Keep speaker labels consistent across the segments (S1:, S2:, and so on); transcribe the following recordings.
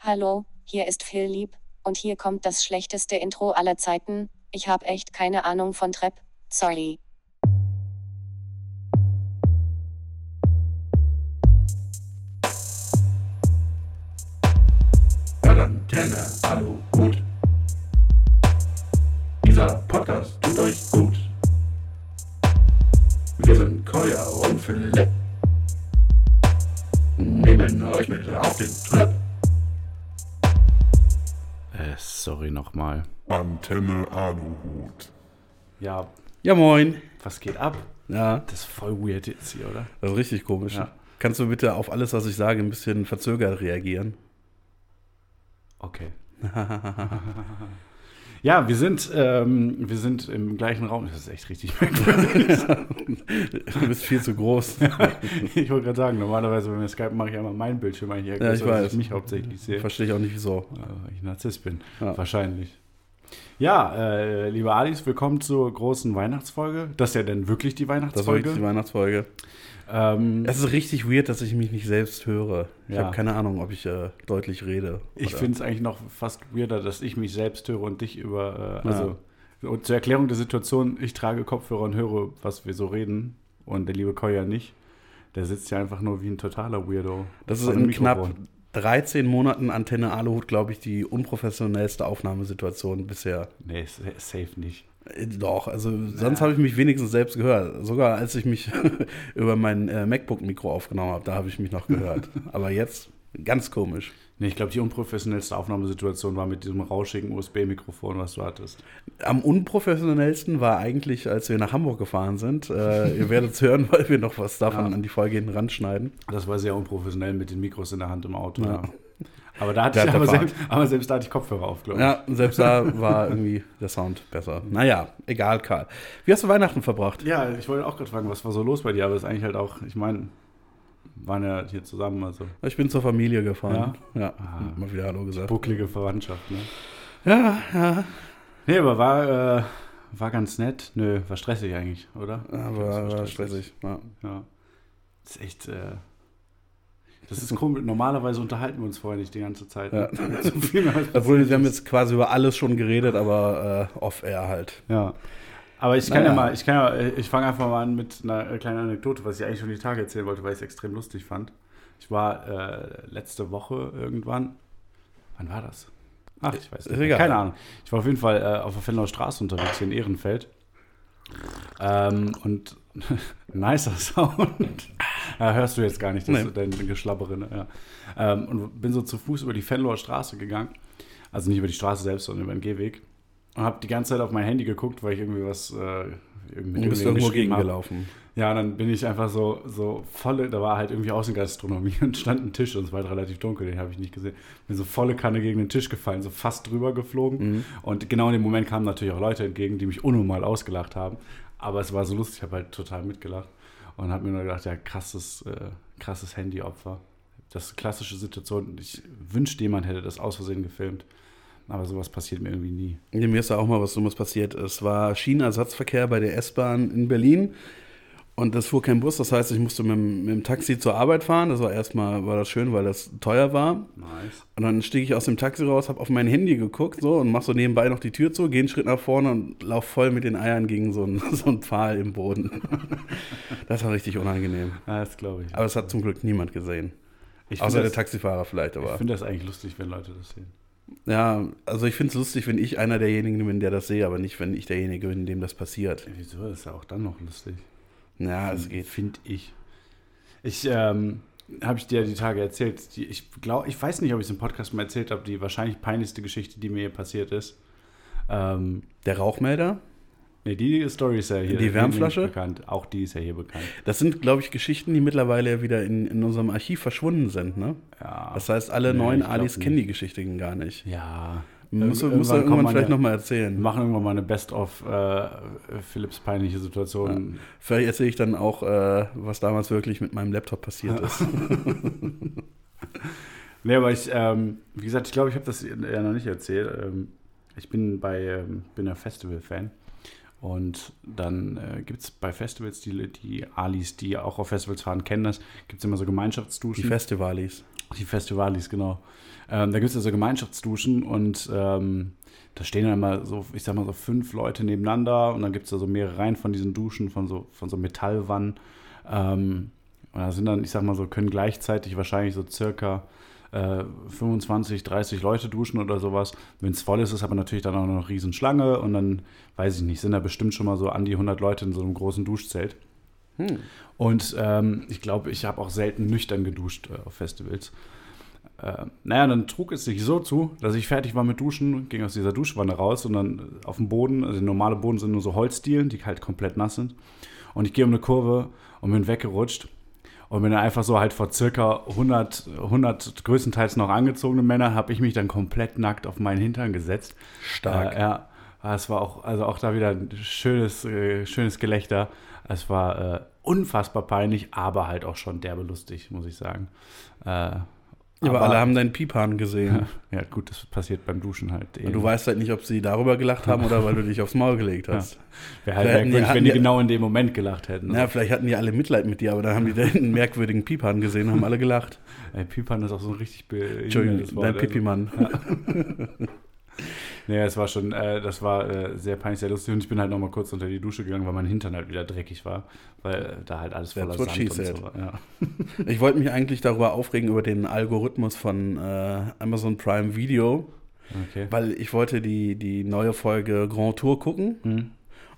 S1: Hallo, hier ist Phil Lieb, und hier kommt das schlechteste Intro aller Zeiten. Ich hab echt keine Ahnung von Trap, sorry.
S2: Quarantäne, hallo, gut. Dieser Podcast tut euch gut. Wir sind Koya und Philipp. Nehmen euch mit auf den Trip.
S3: Äh, sorry nochmal.
S2: Antenne Aluhut.
S3: Ja,
S4: Ja, moin.
S3: was geht ab?
S4: Ja,
S3: Das ist voll weird jetzt hier, oder?
S4: das ist richtig komisch.
S3: Ja.
S4: Kannst du bitte auf alles, was ich sage, ein bisschen verzögert reagieren?
S3: Okay. ja, wir sind, ähm, wir sind im gleichen Raum. Das ist echt richtig merkwürdig.
S4: Du bist viel zu groß.
S3: ich wollte gerade sagen, normalerweise, wenn wir Skype mache ich einmal meinen Bildschirm hier.
S4: Ja, ich weiß.
S3: ich mich hauptsächlich sehe.
S4: Verstehe ich auch nicht, wieso.
S3: Äh, ich Narzisst bin.
S4: Ja.
S3: Wahrscheinlich. Ja, äh, lieber Alice, willkommen zur großen Weihnachtsfolge. Das ist ja dann wirklich die
S4: Das war
S3: Weihnachtsfolge.
S4: wirklich die Weihnachtsfolge.
S3: ähm,
S4: Es ist richtig weird, dass ich mich nicht selbst höre. Ich
S3: Ja.
S4: habe keine Ahnung, ob ich äh, deutlich rede.
S3: Ich
S4: oder-
S3: finde es eigentlich noch fast weirder, dass ich mich selbst höre und dich über. Äh, also und zur Erklärung der Situation, ich trage Kopfhörer und höre, was wir so reden. Und der liebe Koya nicht. Der sitzt ja einfach nur wie ein totaler Weirdo.
S4: Das ist
S3: vor dem
S4: in knapp
S3: Mikrofon.
S4: 13 Monaten Antenne Aluhut, glaube ich, die unprofessionellste Aufnahmesituation bisher.
S3: Nee, s- safe nicht.
S4: Äh, Doch, also sonst habe ich mich wenigstens selbst gehört. Sogar als ich mich über mein äh, MacBook-Mikro aufgenommen habe, da habe ich mich noch gehört. Aber jetzt ganz komisch.
S3: Nee, ich glaube, die unprofessionellste Aufnahmesituation war mit diesem rauschigen USB-Mikrofon, was du hattest.
S4: Am unprofessionellsten war eigentlich, als wir nach Hamburg gefahren sind. Äh, ihr werdet es hören, weil wir noch was davon
S3: Ja.
S4: an die Folge hinten ranschneiden.
S3: Das war sehr unprofessionell mit den Mikros in der Hand im Auto. Ja.
S4: Ja.
S3: Aber da hatte
S4: Der
S3: ich
S4: hat
S3: aber
S4: Erfahrung.
S3: selbst, aber selbst da hatte ich Kopfhörer auf, glaube ich.
S4: Ja, selbst da war irgendwie der Sound besser. Naja, egal, Karl. Wie hast du Weihnachten verbracht?
S3: Ja, ich wollte auch gerade fragen, was war so los bei dir? Aber es ist eigentlich halt auch, ich meine, waren ja hier zusammen, also
S4: Ich bin zur Familie gefahren. Ja, Ah. mal wieder Hallo gesagt.
S3: bucklige Verwandtschaft, ne?
S4: Ja, ja.
S3: Nee, aber war, äh, war ganz nett. Nö, war stressig eigentlich, oder?
S4: Aber war stressig. Ja.
S3: Ja. Das ist echt, äh, das ist komisch. Normalerweise unterhalten wir uns vorher nicht die ganze Zeit. ne? So viel mehr als-
S4: Obwohl, wir haben jetzt quasi über alles schon geredet, aber äh, off-air halt.
S3: Ja. Aber ich kann ja
S4: Naja.
S3: mal, ich kann ja, äh, ich fange einfach mal an mit einer äh, kleinen Anekdote, was ich eigentlich schon die Tage erzählen wollte, weil ich es extrem lustig fand. Ich war äh, letzte Woche irgendwann. Wann war das? Ach, ich weiß
S4: Ist
S3: nicht. mehr.
S4: egal.
S3: Keine Ahnung. Ich war auf jeden Fall äh, auf der Fenloer Straße unterwegs hier in Ehrenfeld. Ähm, und nicer Sound. ja, Äh, hörst du jetzt gar nicht, das
S4: Nee.
S3: dein Geschlabberin. Ja. Ähm, und bin so zu Fuß über die Fenloer Straße gegangen. Also nicht über die Straße selbst, sondern über den Gehweg. Und habe die ganze Zeit auf mein Handy geguckt, weil ich irgendwie was. Äh, irgendwie
S4: Du bist irgendwo gegengelaufen.
S3: ja, und dann bin ich einfach so, so volle, da war halt irgendwie Außengastronomie und stand ein Tisch und es war halt relativ dunkel, den habe ich nicht gesehen. Bin so volle Kanne gegen den Tisch gefallen, so fast drüber geflogen.
S4: Mhm.
S3: Und genau in dem Moment kamen natürlich auch Leute entgegen, die mich unnormal ausgelacht haben. Aber es war so lustig, ich habe halt total mitgelacht und habe mir nur gedacht, ja, krasses, äh, krasses Handyopfer. Das ist eine klassische Situation. Ich wünschte, jemand hätte das aus Versehen gefilmt. Aber sowas passiert mir irgendwie nie.
S4: Nee, Mir ist da auch mal was Dummes passiert. Es war Schienenersatzverkehr bei der S-Bahn in Berlin. Und das fuhr kein Bus, das heißt, ich musste mit, dem- mit dem Taxi zur Arbeit fahren. Das war erstmal war das schön, weil das teuer war.
S3: Nice.
S4: Und dann stieg ich aus dem Taxi raus, habe auf mein Handy geguckt so und mach so nebenbei noch die Tür zu, geh einen Schritt nach vorne und lauf voll mit den Eiern gegen so einen, so einen Pfahl im Boden. Das war richtig unangenehm.
S3: Ja, das glaube ich.
S4: Aber es hat zum Glück niemand gesehen.
S3: ich
S4: Außer
S3: finde
S4: der
S3: das,
S4: Taxifahrer vielleicht,
S3: ich
S4: aber.
S3: finde das eigentlich lustig, wenn Leute das sehen.
S4: Ja, also ich finde es lustig, wenn ich einer derjenigen bin, der das sehe, aber nicht, wenn ich derjenige bin, dem das passiert.
S3: Ja, Wieso Das ist ja auch dann noch lustig?
S4: Ja,
S3: Hm.
S4: es geht.
S3: Finde ich. Ich, ähm, habe ich dir die Tage erzählt. Die, ich glaube, ich weiß nicht, ob ich es im Podcast mal erzählt habe, die wahrscheinlich peinlichste Geschichte, die mir hier passiert ist. Ähm,
S4: Der Rauchmelder,
S3: nee, die Story ist ja hier.
S4: Die Wärmflasche?
S3: Bekannt. Auch die ist ja hier bekannt.
S4: das sind, glaube ich, Geschichten, die mittlerweile wieder in, in unserem Archiv verschwunden sind, ne?
S3: Ja.
S4: Das heißt, alle
S3: Nee,
S4: neuen
S3: ich glaub
S4: Alis
S3: nicht.
S4: kennen die Geschichten gar nicht.
S3: ja.
S4: Muss,
S3: Äh, Irgendwann
S4: muss er
S3: kommt
S4: irgendwann
S3: man
S4: vielleicht
S3: ja-
S4: nochmal
S3: Wir
S4: erzählen.
S3: machen irgendwann mal eine Best-of äh, Philips peinliche Situation.
S4: Vielleicht erzähle ich dann auch, äh, was damals wirklich mit meinem Laptop passiert ist.
S3: Nee, aber ich, ähm, wie gesagt, ich glaube, ich habe das ja noch nicht erzählt. Ähm, ich bin bei, ähm, bin ja Festival-Fan. Und dann äh, gibt es bei Festivals, die, die Alis, die auch auf Festivals fahren, kennen das, gibt es immer so
S4: Die
S3: Gemeinschaftsduschen.
S4: Festivalis.
S3: Die Festivalis, genau. Ähm, da gibt es ja so Gemeinschaftsduschen und ähm, da stehen dann immer so, ich sag mal, so fünf Leute nebeneinander und dann gibt es da so mehrere Reihen von diesen Duschen, von so, von so Metallwannen. Ähm, und da sind dann, ich sag mal so, können gleichzeitig wahrscheinlich so circa äh, 25, 30 Leute duschen oder sowas. Wenn es voll ist, ist aber natürlich dann auch noch eine Riesenschlange und dann, weiß ich nicht, sind da bestimmt schon mal so an die 100 Leute in so einem großen Duschzelt. Und ähm, ich glaube, ich habe auch selten nüchtern geduscht äh, auf Festivals. Äh, naja, dann trug es sich so zu, dass ich fertig war mit Duschen, ging aus dieser Duschwanne raus und dann auf dem Boden, also der normale Boden sind nur so Holzdielen, die halt komplett nass sind. Und ich gehe um eine Kurve und bin weggerutscht und bin dann einfach so halt vor circa 100, 100 größtenteils noch angezogene Männer, habe ich mich dann komplett nackt auf meinen Hintern gesetzt.
S4: Stark.
S3: Äh, ja, es war auch, also auch da wieder ein schönes, äh, schönes Gelächter. Es war äh, unfassbar peinlich, aber halt auch schon derbe lustig, muss ich sagen. Äh,
S4: Aber, alle haben deinen Piephahn gesehen.
S3: ja, gut, das passiert beim Duschen halt eben.
S4: Und du weißt halt nicht, ob sie darüber gelacht haben oder weil du dich aufs Maul gelegt hast.
S3: Wäre halt
S4: wir hatten-
S3: merkwürdig,
S4: wir
S3: wenn die
S4: hatten-
S3: genau in dem Moment gelacht hätten.
S4: Na, vielleicht hatten die alle Mitleid mit dir, aber dann haben die den einen merkwürdigen Piephahn gesehen und haben alle gelacht.
S3: Ey, Pipan ist auch so ein richtig be- behindertes
S4: Entschuldigung,
S3: Wort,
S4: dein
S3: also.
S4: Pipi-Mann.
S3: Nee, es war schon, äh, das war äh, sehr peinlich, sehr lustig. Und ich bin halt nochmal kurz unter die Dusche gegangen, weil mein Hintern halt wieder dreckig war, weil äh, da halt alles voller
S4: That's what
S3: Sand
S4: she
S3: und
S4: said.
S3: so war. Ja.
S4: Ich wollte mich eigentlich darüber aufregen, über den Algorithmus von äh, Amazon Prime Video,
S3: Okay.
S4: weil ich wollte die, die neue Folge Grand Tour gucken
S3: Mhm.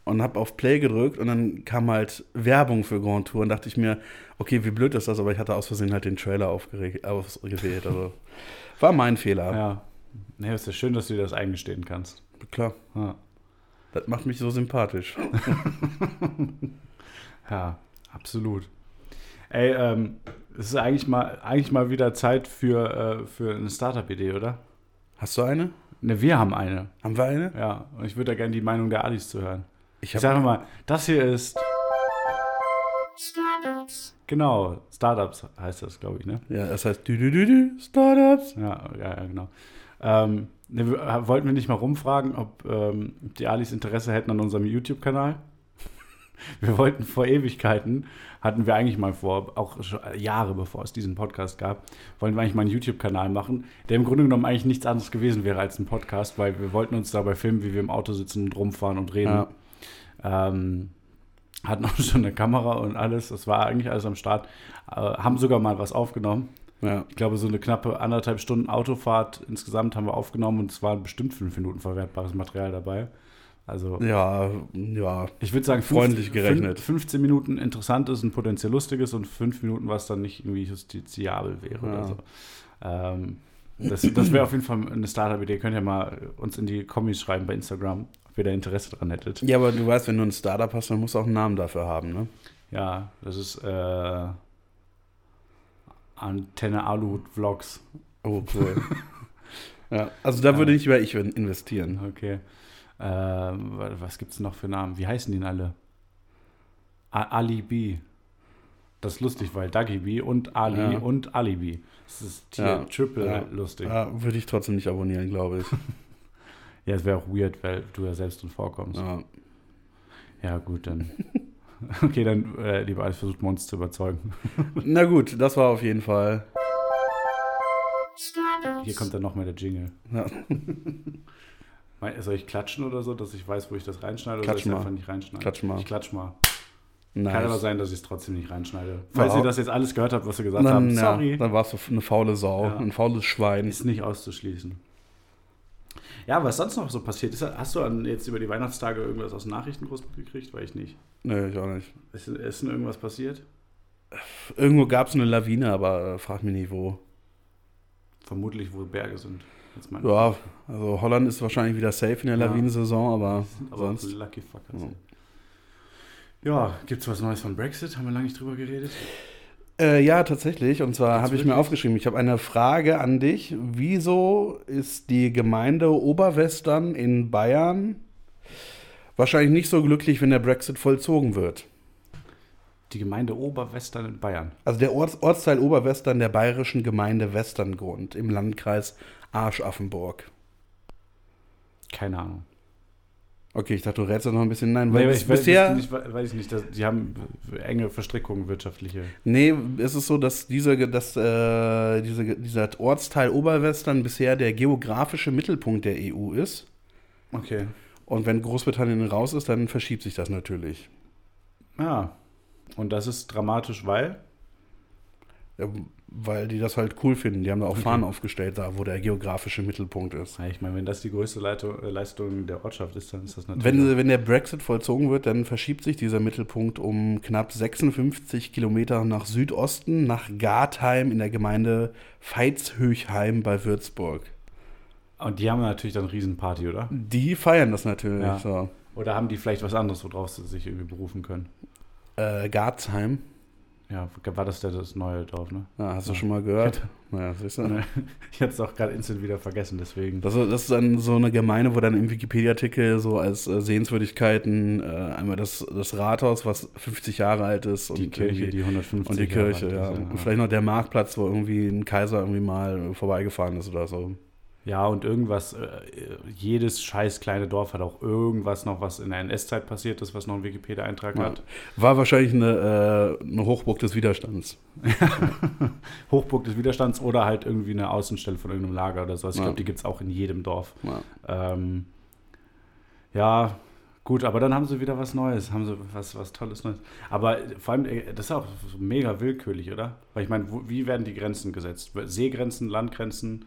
S4: und habe auf Play gedrückt und dann kam halt Werbung für Grand Tour und dachte ich mir, okay, wie blöd ist das, aber ich hatte aus Versehen halt den Trailer aufgeregt, ausgewählt. Also war mein Fehler.
S3: Ja. Nee, ist ja schön, dass du dir das eingestehen kannst.
S4: Klar,
S3: Ja.
S4: das macht mich so sympathisch.
S3: Ja, absolut. Ey, ähm, es ist eigentlich mal, eigentlich mal wieder Zeit für, äh, für eine Startup-Idee, oder?
S4: Hast du eine?
S3: Ne, wir haben eine.
S4: Haben wir eine?
S3: Ja, und ich würde da gerne die Meinung der Adis zu hören.
S4: Ich
S3: Ich
S4: hab-
S3: sage mal, das hier ist,
S5: Startups.
S3: genau, Startups heißt das, glaube ich, ne?
S4: Ja, das heißt dü -dü -dü -dü, Startups.
S3: Ja, ja, ja genau. Ähm, ne, wir, äh, wollten wir nicht mal rumfragen, ob ähm, ob die Alis Interesse hätten an unserem YouTube-Kanal? Wir wollten vor Ewigkeiten, hatten wir eigentlich mal vor, auch schon Jahre bevor es diesen Podcast gab, wollten wir eigentlich mal einen YouTube-Kanal machen, der im Grunde genommen eigentlich nichts anderes gewesen wäre als ein Podcast, weil wir wollten uns dabei filmen, wie wir im Auto sitzen und rumfahren und reden. Ähm, hatten auch schon eine Kamera und alles, das war eigentlich alles am Start, äh, haben sogar mal was aufgenommen.
S4: Ja.
S3: Ich glaube, so eine knappe anderthalb Stunden Autofahrt insgesamt haben wir aufgenommen und es waren bestimmt fünf Minuten verwertbares Material dabei. Also,
S4: Ja, ja.
S3: ich würde sagen,
S4: Freundlich gerechnet.
S3: fün- 15 Minuten Interessantes und potenziell Lustiges und fünf Minuten, was dann nicht irgendwie justiziabel wäre
S4: Ja.
S3: oder so. Ähm, das das wäre auf jeden Fall eine Startup-Idee. Könnt ihr mal uns in die Kommis schreiben bei Instagram, ob ihr da Interesse dran hättet.
S4: Ja, aber du weißt, wenn du ein Startup hast, dann musst du auch einen Namen dafür haben, ne?
S3: Ja, das ist äh, Antenne Aluhut Vlogs.
S4: Oh, cool. ja, also da würde ich über ich investieren.
S3: Okay. Ähm, wa- was gibt es noch für Namen? Wie heißen die denn alle? A Alibi. Das ist lustig, weil Dagi B und Ali
S4: Ja.
S3: und Alibi. Das ist hier
S4: Ja.
S3: triple
S4: Ja.
S3: lustig. Ja,
S4: Ja, würde ich trotzdem nicht abonnieren, glaube ich.
S3: es wäre auch weird, weil du ja selbst drin vorkommst. Ja,
S4: Ja.
S3: gut, dann. okay, dann, äh, lieber Alex, versucht man uns zu überzeugen.
S4: Na gut, das war auf jeden Fall.
S5: Startups.
S3: Hier kommt dann nochmal der Jingle.
S4: Ja.
S3: Mein- Soll ich klatschen oder so, dass ich weiß, wo ich das reinschneide? oder
S4: Klatsch
S3: soll ich
S4: mal.
S3: einfach nicht reinschneiden?
S4: Klatsch mal.
S3: Ich klatsch mal. Kann aber
S4: Nice.
S3: sein, dass ich es trotzdem nicht reinschneide. Falls
S4: Wow.
S3: ihr das jetzt alles gehört habt, was wir gesagt
S4: Dann,
S3: haben,
S4: ja,
S3: sorry.
S4: dann warst du eine faule Sau,
S3: Ja.
S4: ein faules Schwein.
S3: Ist nicht auszuschließen. Ja, was sonst noch so passiert ist, hast du an, jetzt über die Weihnachtstage irgendwas aus den Nachrichten groß mitgekriegt? Weiß ich nicht.
S4: Nö, ich auch nicht.
S3: Ist, ist denn irgendwas passiert?
S4: Irgendwo gab es eine Lawine, aber äh, frag mich nicht wo.
S3: Vermutlich, wo Berge sind. Jetzt meine
S4: Ja, also Holland ist wahrscheinlich wieder safe in der
S3: Ja.
S4: Lawinensaison, aber,
S3: aber auch
S4: sonst.
S3: Lucky Fuckers. Ja, gibt's was Neues von Brexit? Haben wir lange nicht drüber geredet?
S4: Äh, ja, tatsächlich. Und zwar
S3: Jetzt
S4: habe ich
S3: wirklich?
S4: mir aufgeschrieben, ich habe eine Frage an dich. Wieso ist die Gemeinde Oberwestern in Bayern wahrscheinlich nicht so glücklich, wenn der Brexit vollzogen wird?
S3: Die Gemeinde Oberwestern in Bayern.
S4: Also der Orts Ortsteil Oberwestern der bayerischen Gemeinde Westerngrund im Landkreis Arschaffenburg.
S3: Keine Ahnung.
S4: Okay, ich dachte, du rätst doch noch ein bisschen. Nein,
S3: Nee,
S4: weil
S3: weil
S4: bis-
S3: ich weiß,
S4: bisher.
S3: bisher nicht, weiß ich nicht, dass, die haben enge Verstrickungen wirtschaftliche.
S4: Nee, es ist so, dass, dieser, Ge- dass äh, diese, dieser Ortsteil Oberwestern bisher der geografische Mittelpunkt der EU ist.
S3: Okay.
S4: Und wenn Großbritannien raus ist, dann verschiebt sich das natürlich.
S3: Ah. Und das ist dramatisch, weil?
S4: Ja, Weil die das halt cool finden. Die haben da auch Fahnen aufgestellt, da wo der geografische Mittelpunkt ist.
S3: Ja, ich meine, wenn das die größte Leitung, äh, Leistung der Ortschaft ist, dann ist das natürlich.
S4: Wenn, wenn der Brexit vollzogen wird, dann verschiebt sich dieser Mittelpunkt um knapp 56 Kilometer nach Südosten, nach Gartheim in der Gemeinde Veitshöchheim bei Würzburg.
S3: Und die haben natürlich dann eine Riesenparty, oder?
S4: Die feiern das natürlich.
S3: Ja.
S4: So.
S3: Oder haben die vielleicht was anderes, worauf sie sich irgendwie berufen können?
S4: Äh, Garzheim.
S3: Ja, war das der das neue Dorf, ne?
S4: Ja, hast du schon mal gehört? Naja, siehst du.
S3: Ne? Ich hatte es auch gerade instant wieder vergessen, deswegen.
S4: Das, ist- das ist dann so eine Gemeinde, wo dann im Wikipedia-Artikel so als äh, Sehenswürdigkeiten äh, einmal das, das Rathaus, was 50 Jahre alt ist.
S3: die
S4: und
S3: Kirche,
S4: irgendwie-
S3: die 150
S4: Und die
S3: Jahre
S4: Kirche,
S3: alt
S4: ja.
S3: ist,
S4: Und vielleicht noch der Marktplatz, wo irgendwie ein Kaiser irgendwie mal äh, vorbeigefahren ist oder so.
S3: Ja, und irgendwas, äh, jedes scheiß kleine Dorf hat auch irgendwas noch, was in der NS-Zeit passiert ist, was noch einen Wikipedia-Eintrag
S4: Ja.
S3: hat.
S4: War wahrscheinlich eine, äh, eine Hochburg des Widerstands.
S3: Hochburg des Widerstands oder halt irgendwie eine Außenstelle von irgendeinem Lager oder sowas. Ich
S4: Ja.
S3: glaube, die gibt es auch in jedem Dorf.
S4: Ja.
S3: Ähm, ja, gut, aber dann haben sie wieder was Neues, haben sie was, was Tolles Neues. Aber vor allem, äh, das ist auch so mega willkürlich, oder? Weil ich meine, wo- wie werden die Grenzen gesetzt? Seegrenzen, Landgrenzen?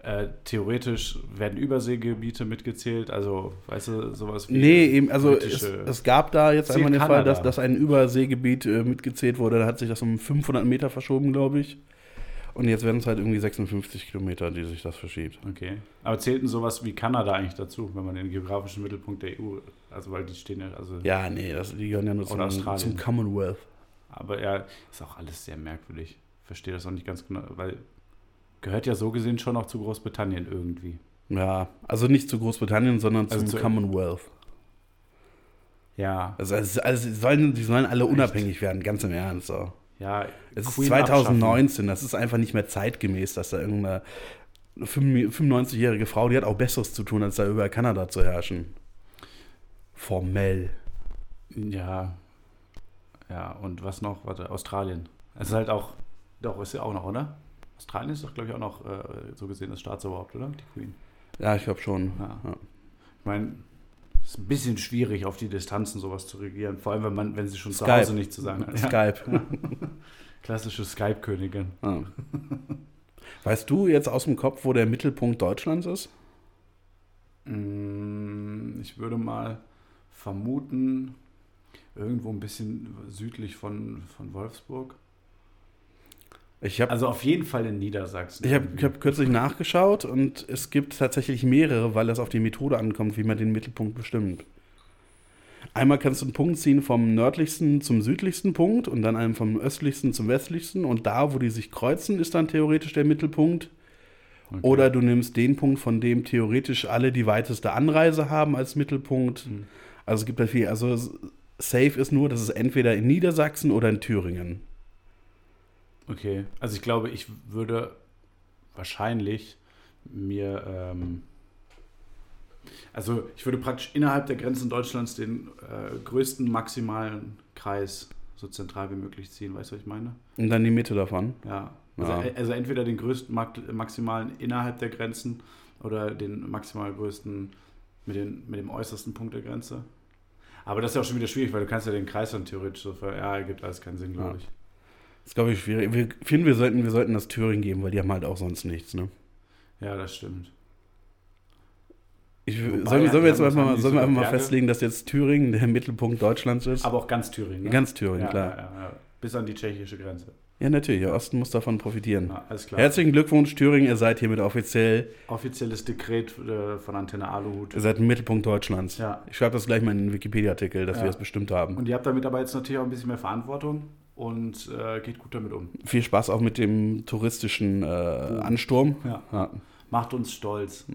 S3: Äh, theoretisch werden Überseegebiete mitgezählt, also weißt du, sowas wie.
S4: Nee, eben, also es,
S3: britische-
S4: es gab da jetzt
S3: Zählt
S4: einmal den Fall,
S3: Kanada.
S4: dass, dass ein Überseegebiet äh, mitgezählt wurde. Da hat sich das um 500 Meter verschoben, glaube ich. Und jetzt werden es halt irgendwie 56 Kilometer, die sich das verschiebt.
S3: Okay. Aber zählten sowas wie Kanada eigentlich dazu, wenn man den geografischen Mittelpunkt der EU, also weil die stehen ja, also.
S4: Ja, nee, das, die gehören ja nur
S3: Oder
S4: zum,
S3: Australien.
S4: zum Commonwealth.
S3: Aber ja, ist auch alles sehr merkwürdig. Verstehe das auch nicht ganz genau, weil gehört ja so gesehen schon auch zu Großbritannien irgendwie.
S4: Ja, also nicht zu Großbritannien, sondern zum
S3: Also zu-
S4: Commonwealth.
S3: Ja.
S4: Also, also, also sie, sollen, sie sollen alle unabhängig werden, ganz im Ernst. So.
S3: Ja,
S4: Es ist
S3: Queen
S4: 2019, das ist einfach nicht mehr zeitgemäß, dass da irgendeine 95-jährige Frau, die hat auch Besseres zu tun, als da über Kanada zu herrschen. Formell.
S3: abschaffen. Ja. Ja, und was noch? Warte, Australien. Es ist halt auch, doch, ist ja auch noch, oder? Australien ist doch, glaube ich, auch noch äh, so gesehen das Staatsoberhaupt, oder? Die Queen.
S4: Ja, ich glaube schon.
S3: Ja.
S4: Ja.
S3: Ich meine, es ist ein bisschen schwierig, auf die Distanzen sowas zu regieren. Vor allem, wenn, man, wenn sie schon zu
S4: Skype.
S3: Hause nichts zu sagen hat. Ja,
S4: Skype.
S3: klassische Skype-Königin.
S4: Ja. Weißt du jetzt aus dem Kopf, wo der Mittelpunkt Deutschlands ist?
S3: Mm, Ich würde mal vermuten, irgendwo ein bisschen südlich von, von Wolfsburg.
S4: Ich habe
S3: Also auf jeden Fall in Niedersachsen.
S4: Ich habe ich hab kürzlich nachgeschaut und es gibt tatsächlich mehrere, weil es auf die Methode ankommt, wie man den Mittelpunkt bestimmt. Einmal kannst du einen Punkt ziehen vom nördlichsten zum südlichsten Punkt und dann einen vom östlichsten zum westlichsten und da, wo die sich kreuzen, ist dann theoretisch der Mittelpunkt.
S3: Okay.
S4: Oder du nimmst den Punkt, von dem theoretisch alle die weiteste Anreise haben als Mittelpunkt. Also es gibt da viel. Also es- safe ist nur, dass es entweder in Niedersachsen oder in Thüringen.
S3: Okay, also ich glaube, ich würde wahrscheinlich mir, ähm, also ich würde praktisch innerhalb der Grenzen Deutschlands den äh, größten maximalen Kreis so zentral wie möglich ziehen. Weißt du, was ich meine?
S4: Und dann die Mitte davon.
S3: Ja. Also,
S4: Ja.
S3: e- also entweder den größten Mak- maximalen innerhalb der Grenzen oder den maximal größten mit, den, mit dem äußersten Punkt der Grenze. Aber das ist ja auch schon wieder schwierig, weil du kannst ja den Kreis dann theoretisch so ver... Ja, ergibt alles keinen Sinn, glaube
S4: Ja.
S3: ich.
S4: Das ist, glaube ich, schwierig. Wir finden, wir sollten, wir sollten das Thüringen geben, weil die haben halt auch sonst nichts, ne?
S3: Ja, das stimmt.
S4: Ich,
S3: Wobei,
S4: sollen, wir- sollen wir jetzt
S3: ja,
S4: einfach
S3: haben
S4: mal,
S3: die
S4: sollen wir
S3: sogar
S4: einfach mal
S3: Berge?
S4: festlegen, dass jetzt Thüringen der Mittelpunkt Deutschlands ist?
S3: Aber auch ganz Thüringen. Ne?
S4: Ganz Thüringen,
S3: ja,
S4: klar. Ja,
S3: Ja, ja, ja. Bis an die tschechische Grenze.
S4: natürlich. Der Osten muss davon profitieren.
S3: Ja, alles klar.
S4: Herzlichen Glückwunsch, Thüringen. Ihr seid hiermit offiziell,
S3: Offizielles Dekret äh, von Antenne Aluhut.
S4: ihr seid ein Mittelpunkt Deutschlands.
S3: Ja.
S4: Ich schreibe das gleich mal in den Wikipedia-Artikel, dass
S3: Ja.
S4: wir das bestimmt haben.
S3: Und ihr habt damit aber jetzt natürlich auch ein bisschen mehr Verantwortung und äh, geht gut damit um.
S4: Viel Spaß auch mit dem touristischen äh, Ansturm.
S3: Ja.
S4: Ja.
S3: Macht uns stolz.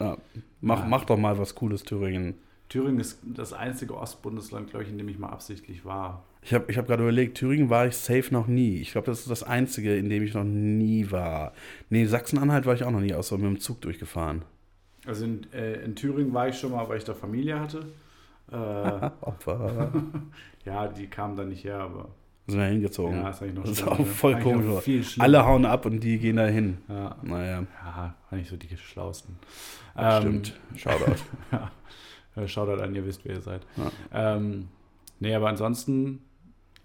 S4: Ja. Mach,
S3: Ja.
S4: mach doch mal was Cooles, Thüringen.
S3: Thüringen ist das einzige Ostbundesland, glaube ich, in dem ich mal absichtlich war.
S4: Ich habe ich hab gerade überlegt, Thüringen war ich safe noch nie. Ich glaube, das ist das Einzige, in dem ich noch nie war. Nee, Sachsen-Anhalt war ich auch noch nie, außer mit dem Zug durchgefahren.
S3: Also in, äh, in Thüringen war ich schon mal, weil ich da Familie hatte. Äh,
S4: Opfer.
S3: ja, die kamen da nicht her, aber
S4: Sind da hingezogen.
S3: Ja, ist eigentlich noch
S4: das ist
S3: schlimmer,
S4: auch
S3: ne?
S4: voll
S3: Eigentlich noch
S4: komisch.
S3: viel schlimmer.
S4: Alle hauen ab und die gehen da hin.
S3: ja,
S4: Naja,
S3: ja war nicht so die Schlausten. Ähm,
S4: stimmt. Shoutout.
S3: ja, äh, Shoutout an, ihr wisst, wer ihr seid. Ähm, nee, aber ansonsten,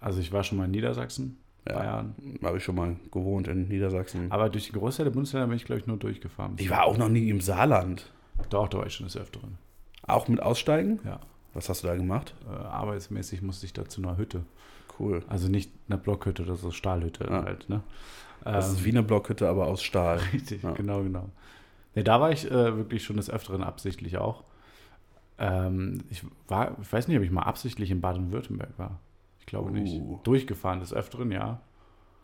S3: also ich war schon mal in Niedersachsen,
S4: Ja.
S3: Bayern.
S4: Habe ich schon mal gewohnt in Niedersachsen.
S3: Aber durch den Großteil der Bundesländer bin ich, glaube ich, nur durchgefahren.
S4: Ich war auch noch nie im Saarland.
S3: Doch, da war ich schon des Öfteren.
S4: Auch mit Aussteigen?
S3: Ja.
S4: Was hast du da gemacht?
S3: Äh, arbeitsmäßig musste ich da zu einer Hütte.
S4: Cool.
S3: Also nicht einer Blockhütte, das ist Stahlhütte
S4: Ja.
S3: halt, ne?
S4: Das
S3: Ähm,
S4: ist wie eine Blockhütte, aber aus Stahl.
S3: Richtig,
S4: Ja.
S3: genau, genau. Nee, da war ich äh, wirklich schon des Öfteren absichtlich auch. Ähm, ich war, ich weiß nicht, ob ich mal absichtlich in Baden-Württemberg war. Ich glaube nicht.
S4: Uh.
S3: Durchgefahren des Öfteren, ja.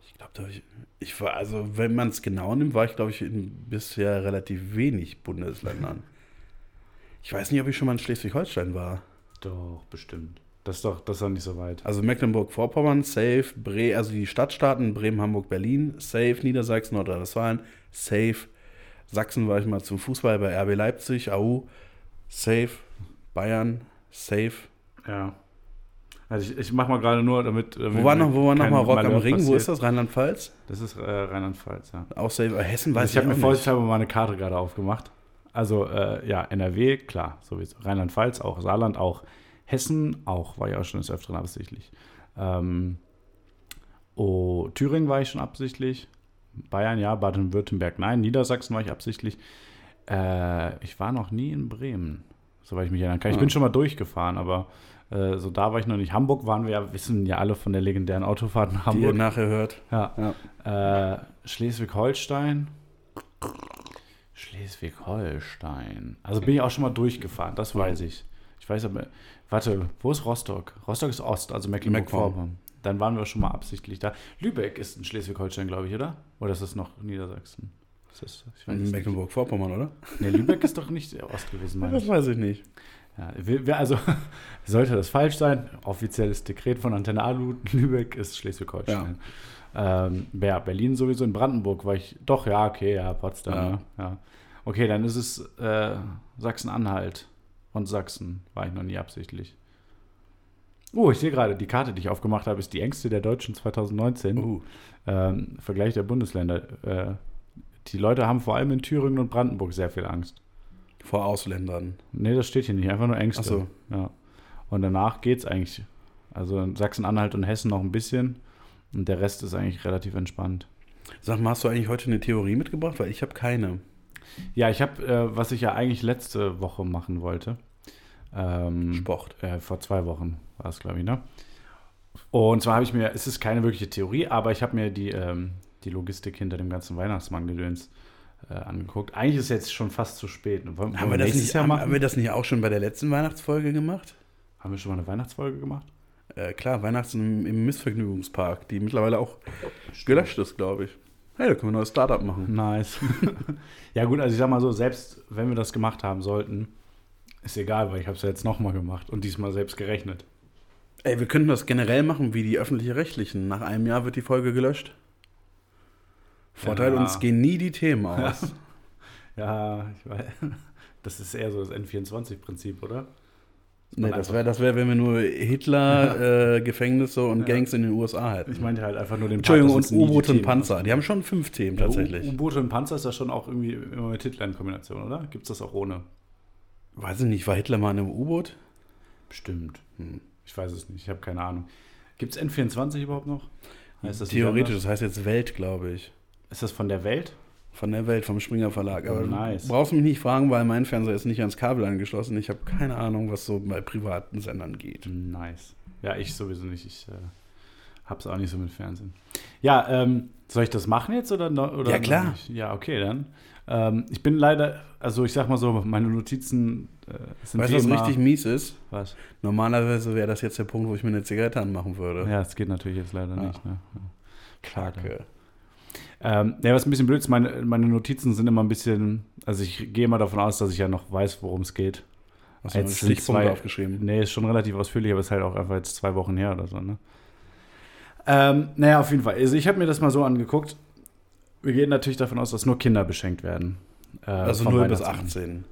S4: Ich glaube, ich, ich war, also wenn man es genau nimmt, war ich, glaube ich, in bisher relativ wenig Bundesländern. Ich weiß nicht, ob ich schon mal in Schleswig-Holstein war.
S3: Doch, bestimmt. Das ist doch, das ist doch nicht so weit.
S4: Also Mecklenburg-Vorpommern, safe, Bre also die Stadtstaaten, Bremen, Hamburg, Berlin, safe, Niedersachsen, Nordrhein-Westfalen, safe. Sachsen war ich mal zum Fußball bei RB Leipzig, AU, safe, Bayern, safe.
S3: Ja. Also ich, ich mache mal gerade nur, damit.
S4: Wo war noch, wo war noch mal Rock am Ring? Wo ist
S3: das?
S4: das? Rheinland-Pfalz?
S3: Das ist äh, Rheinland-Pfalz, ja.
S4: Auch safe. Äh, Hessen weiß
S3: Also ich habe mir
S4: auch nicht.
S3: vorsichtshalber mal eine Karte gerade aufgemacht. Also äh, ja, NRW, klar, sowieso. Rheinland-Pfalz auch, Saarland auch, Hessen auch, war ja auch schon des Öfteren absichtlich. Ähm, oh, Thüringen war ich schon absichtlich. Bayern ja, Baden-Württemberg nein, Niedersachsen war ich absichtlich. Äh, ich war noch nie in Bremen, soweit ich mich erinnern kann. Ich bin
S4: Ah.
S3: schon mal durchgefahren, aber äh, so da war ich noch nicht. Hamburg waren wir ja, wissen ja alle von der legendären Autofahrt nach
S4: die ihr
S3: Hamburg.
S4: nachher hört.
S3: Ja. Äh, Schleswig-Holstein. Schleswig-Holstein. Also bin ich auch schon mal durchgefahren, das weiß ich. Ich weiß aber, warte, wo ist Rostock? Rostock ist Ost, also Mecklenburg-Vorpommern. Dann waren wir schon mal absichtlich da. Lübeck ist in Schleswig-Holstein, glaube ich, oder? Oder ist das noch Niedersachsen? Ist das, ich weiß es nicht.
S4: Mecklenburg-Vorpommern, oder?
S3: Nee, Lübeck ist doch nicht Ost gewesen, meine ich.
S4: Das weiß ich nicht.
S3: Ja, wir, wir- also, sollte das falsch sein, offizielles Dekret von Antenne Alu, Lübeck ist Schleswig-Holstein. Ähm, ja, Berlin sowieso, in Brandenburg war ich, doch, ja, okay, ja, Potsdam,
S4: Ja.
S3: ja. ja. Okay, dann ist es äh, Sachsen-Anhalt und Sachsen, war ich noch nie absichtlich. Oh, ich sehe gerade, die Karte, die ich aufgemacht habe, ist die engste der Deutschen 2019.
S4: Uh.
S3: Ähm, Vergleich der Bundesländer. Äh, die Leute haben vor allem in Thüringen und Brandenburg sehr viel Angst.
S4: Vor Ausländern.
S3: Nee, das steht hier nicht. Einfach nur Ängste.
S4: Ach so.
S3: Ja. Und danach geht's eigentlich. Also in Sachsen-Anhalt und Hessen noch ein bisschen. Und der Rest ist eigentlich relativ entspannt.
S4: Sag mal, hast du eigentlich heute eine Theorie mitgebracht? Weil ich habe keine.
S3: Ja, ich habe, äh, was ich ja eigentlich letzte Woche machen wollte. Ähm,
S4: Sport.
S3: Äh, vor zwei Wochen war es, glaube ich, ne? Und zwar habe ich mir, es ist keine wirkliche Theorie, aber ich habe mir die, ähm, die Logistik hinter dem ganzen Weihnachtsmann-Gedöns äh, angeguckt. Eigentlich ist jetzt schon fast zu spät. Wollen, wollen
S4: Haben wir, das
S3: nächstes
S4: nicht,
S3: Jahr
S4: haben,
S3: machen?
S4: haben wir das nicht auch schon bei der letzten Weihnachtsfolge gemacht?
S3: haben wir schon mal eine Weihnachtsfolge gemacht?
S4: Äh, klar, Weihnachten im, im Missvergnügungspark, die mittlerweile auch gelöscht ist, glaube ich. Hey, da können wir ein neues Startup machen.
S3: Nice. ja, gut, also ich sag mal so, selbst wenn wir das gemacht haben sollten, ist egal, weil ich habe es ja jetzt nochmal gemacht und diesmal selbst gerechnet.
S4: Ey, wir könnten das generell machen wie die öffentlich-rechtlichen. Nach einem Jahr wird die Folge gelöscht. Vorteil,
S3: Ja.
S4: uns gehen nie die Themen aus.
S3: Ja, ich weiß. Das ist eher so das N24-Prinzip, oder?
S4: Nee, das wäre, das wär, wenn wir nur Hitler, äh, Gefängnisse und Gangs in den USA hätten.
S3: Ich meinte halt einfach nur den
S4: Entschuldigung,
S3: Part, dass
S4: und
S3: es nie die
S4: U-Boot und
S3: Themen-
S4: Panzer. Die haben schon fünf Themen
S3: Ja, U-
S4: tatsächlich.
S3: U-Boote und Panzer ist ja schon auch irgendwie immer mit Hitler in Kombination, oder? Gibt's das auch ohne?
S4: Weiß ich nicht, war Hitler mal in einem U-Boot?
S3: Bestimmt. Hm. Ich weiß es nicht, ich habe keine Ahnung. Gibt's N24 überhaupt noch? Heißt das nicht
S4: Theoretisch,
S3: anders?
S4: das heißt jetzt Welt, glaube ich.
S3: Ist das von der Welt?
S4: Von der Welt, vom Springer Verlag. Aber
S3: Oh, nice.
S4: du brauchst mich nicht fragen, weil mein Fernseher ist nicht ans Kabel angeschlossen. Ich habe keine Ahnung, was so bei privaten Sendern geht.
S3: Nice. Ja, ich sowieso nicht. Ich äh, hab's auch nicht so mit Fernsehen. Ja, ähm, soll ich das machen jetzt oder, no, oder
S4: Ja,
S3: noch
S4: klar.
S3: nicht? Ja, okay, dann. Ähm, ich bin leider, also ich sag mal so, meine Notizen äh, sind
S4: Weißt
S3: wie
S4: du, was
S3: immer,
S4: richtig mies ist?
S3: was?
S4: Normalerweise wäre das jetzt der Punkt, wo ich mir eine Zigarette anmachen würde.
S3: Ja, es geht natürlich jetzt leider
S4: Ja.
S3: nicht. Ne? Ja.
S4: Kacke.
S3: Ähm, ja, was ein bisschen blöd ist, meine, meine Notizen sind immer ein bisschen, also ich gehe immer davon aus, dass ich ja noch weiß, worum es geht.
S4: Hast du
S3: Jetzt
S4: jetzt
S3: sind
S4: Stichpunkte
S3: zwei-
S4: aufgeschrieben?
S3: Nee, ist schon relativ ausführlich, aber ist halt auch einfach jetzt zwei Wochen her oder so, ne? Ähm, naja, auf jeden Fall. Also ich habe mir das mal so angeguckt. Wir gehen natürlich davon aus, dass nur Kinder beschenkt werden. Äh,
S4: Also
S3: vom
S4: 0 bis
S3: Weihnachtsmann.
S4: 18.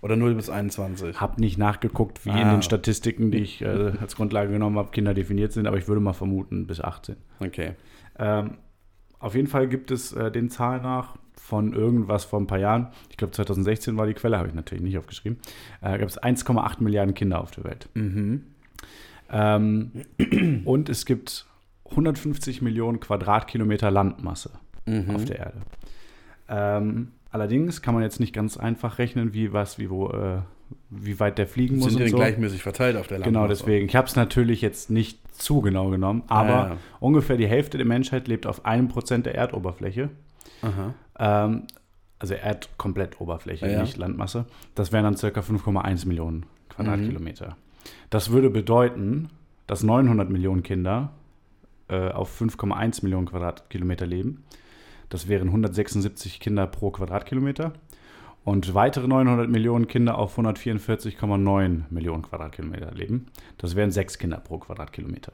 S4: Oder 0 bis 21.
S3: Hab nicht nachgeguckt, wie in
S4: Ah.
S3: den Statistiken, die ich äh, als Grundlage genommen habe, Kinder definiert sind, aber ich würde mal vermuten, bis 18.
S4: Okay.
S3: Ähm, auf jeden Fall gibt es äh, den Zahlen nach von irgendwas vor ein paar Jahren, ich glaube 2016 war die Quelle, habe ich natürlich nicht aufgeschrieben, äh, gab es 1,8 Milliarden Kinder auf der Welt.
S4: Mhm.
S3: Ähm, und es gibt 150 Millionen Quadratkilometer Landmasse
S4: Mhm.
S3: auf der Erde. Ähm, allerdings kann man jetzt nicht ganz einfach rechnen, wie was, wie wo, äh, wie weit der fliegen muss
S4: Sind die
S3: und
S4: denn
S3: so.
S4: gleichmäßig verteilt auf der Landmasse?
S3: Genau, deswegen. Ich habe es natürlich jetzt nicht zu genau genommen, aber
S4: Ah, Ja, ja.
S3: ungefähr die Hälfte der Menschheit lebt auf einem Prozent der Erdoberfläche.
S4: Aha.
S3: Ähm, also Erdkomplettoberfläche,
S4: Ja, ja.
S3: nicht Landmasse. Das wären dann circa 5,1 Millionen Quadratkilometer. Mhm. Das würde bedeuten, dass 900 Millionen Kinder äh, auf 5,1 Millionen Quadratkilometer leben. Das wären 176 Kinder pro Quadratkilometer. Und weitere 900 Millionen Kinder auf 144,9 Millionen Quadratkilometer leben. Das wären sechs Kinder pro Quadratkilometer.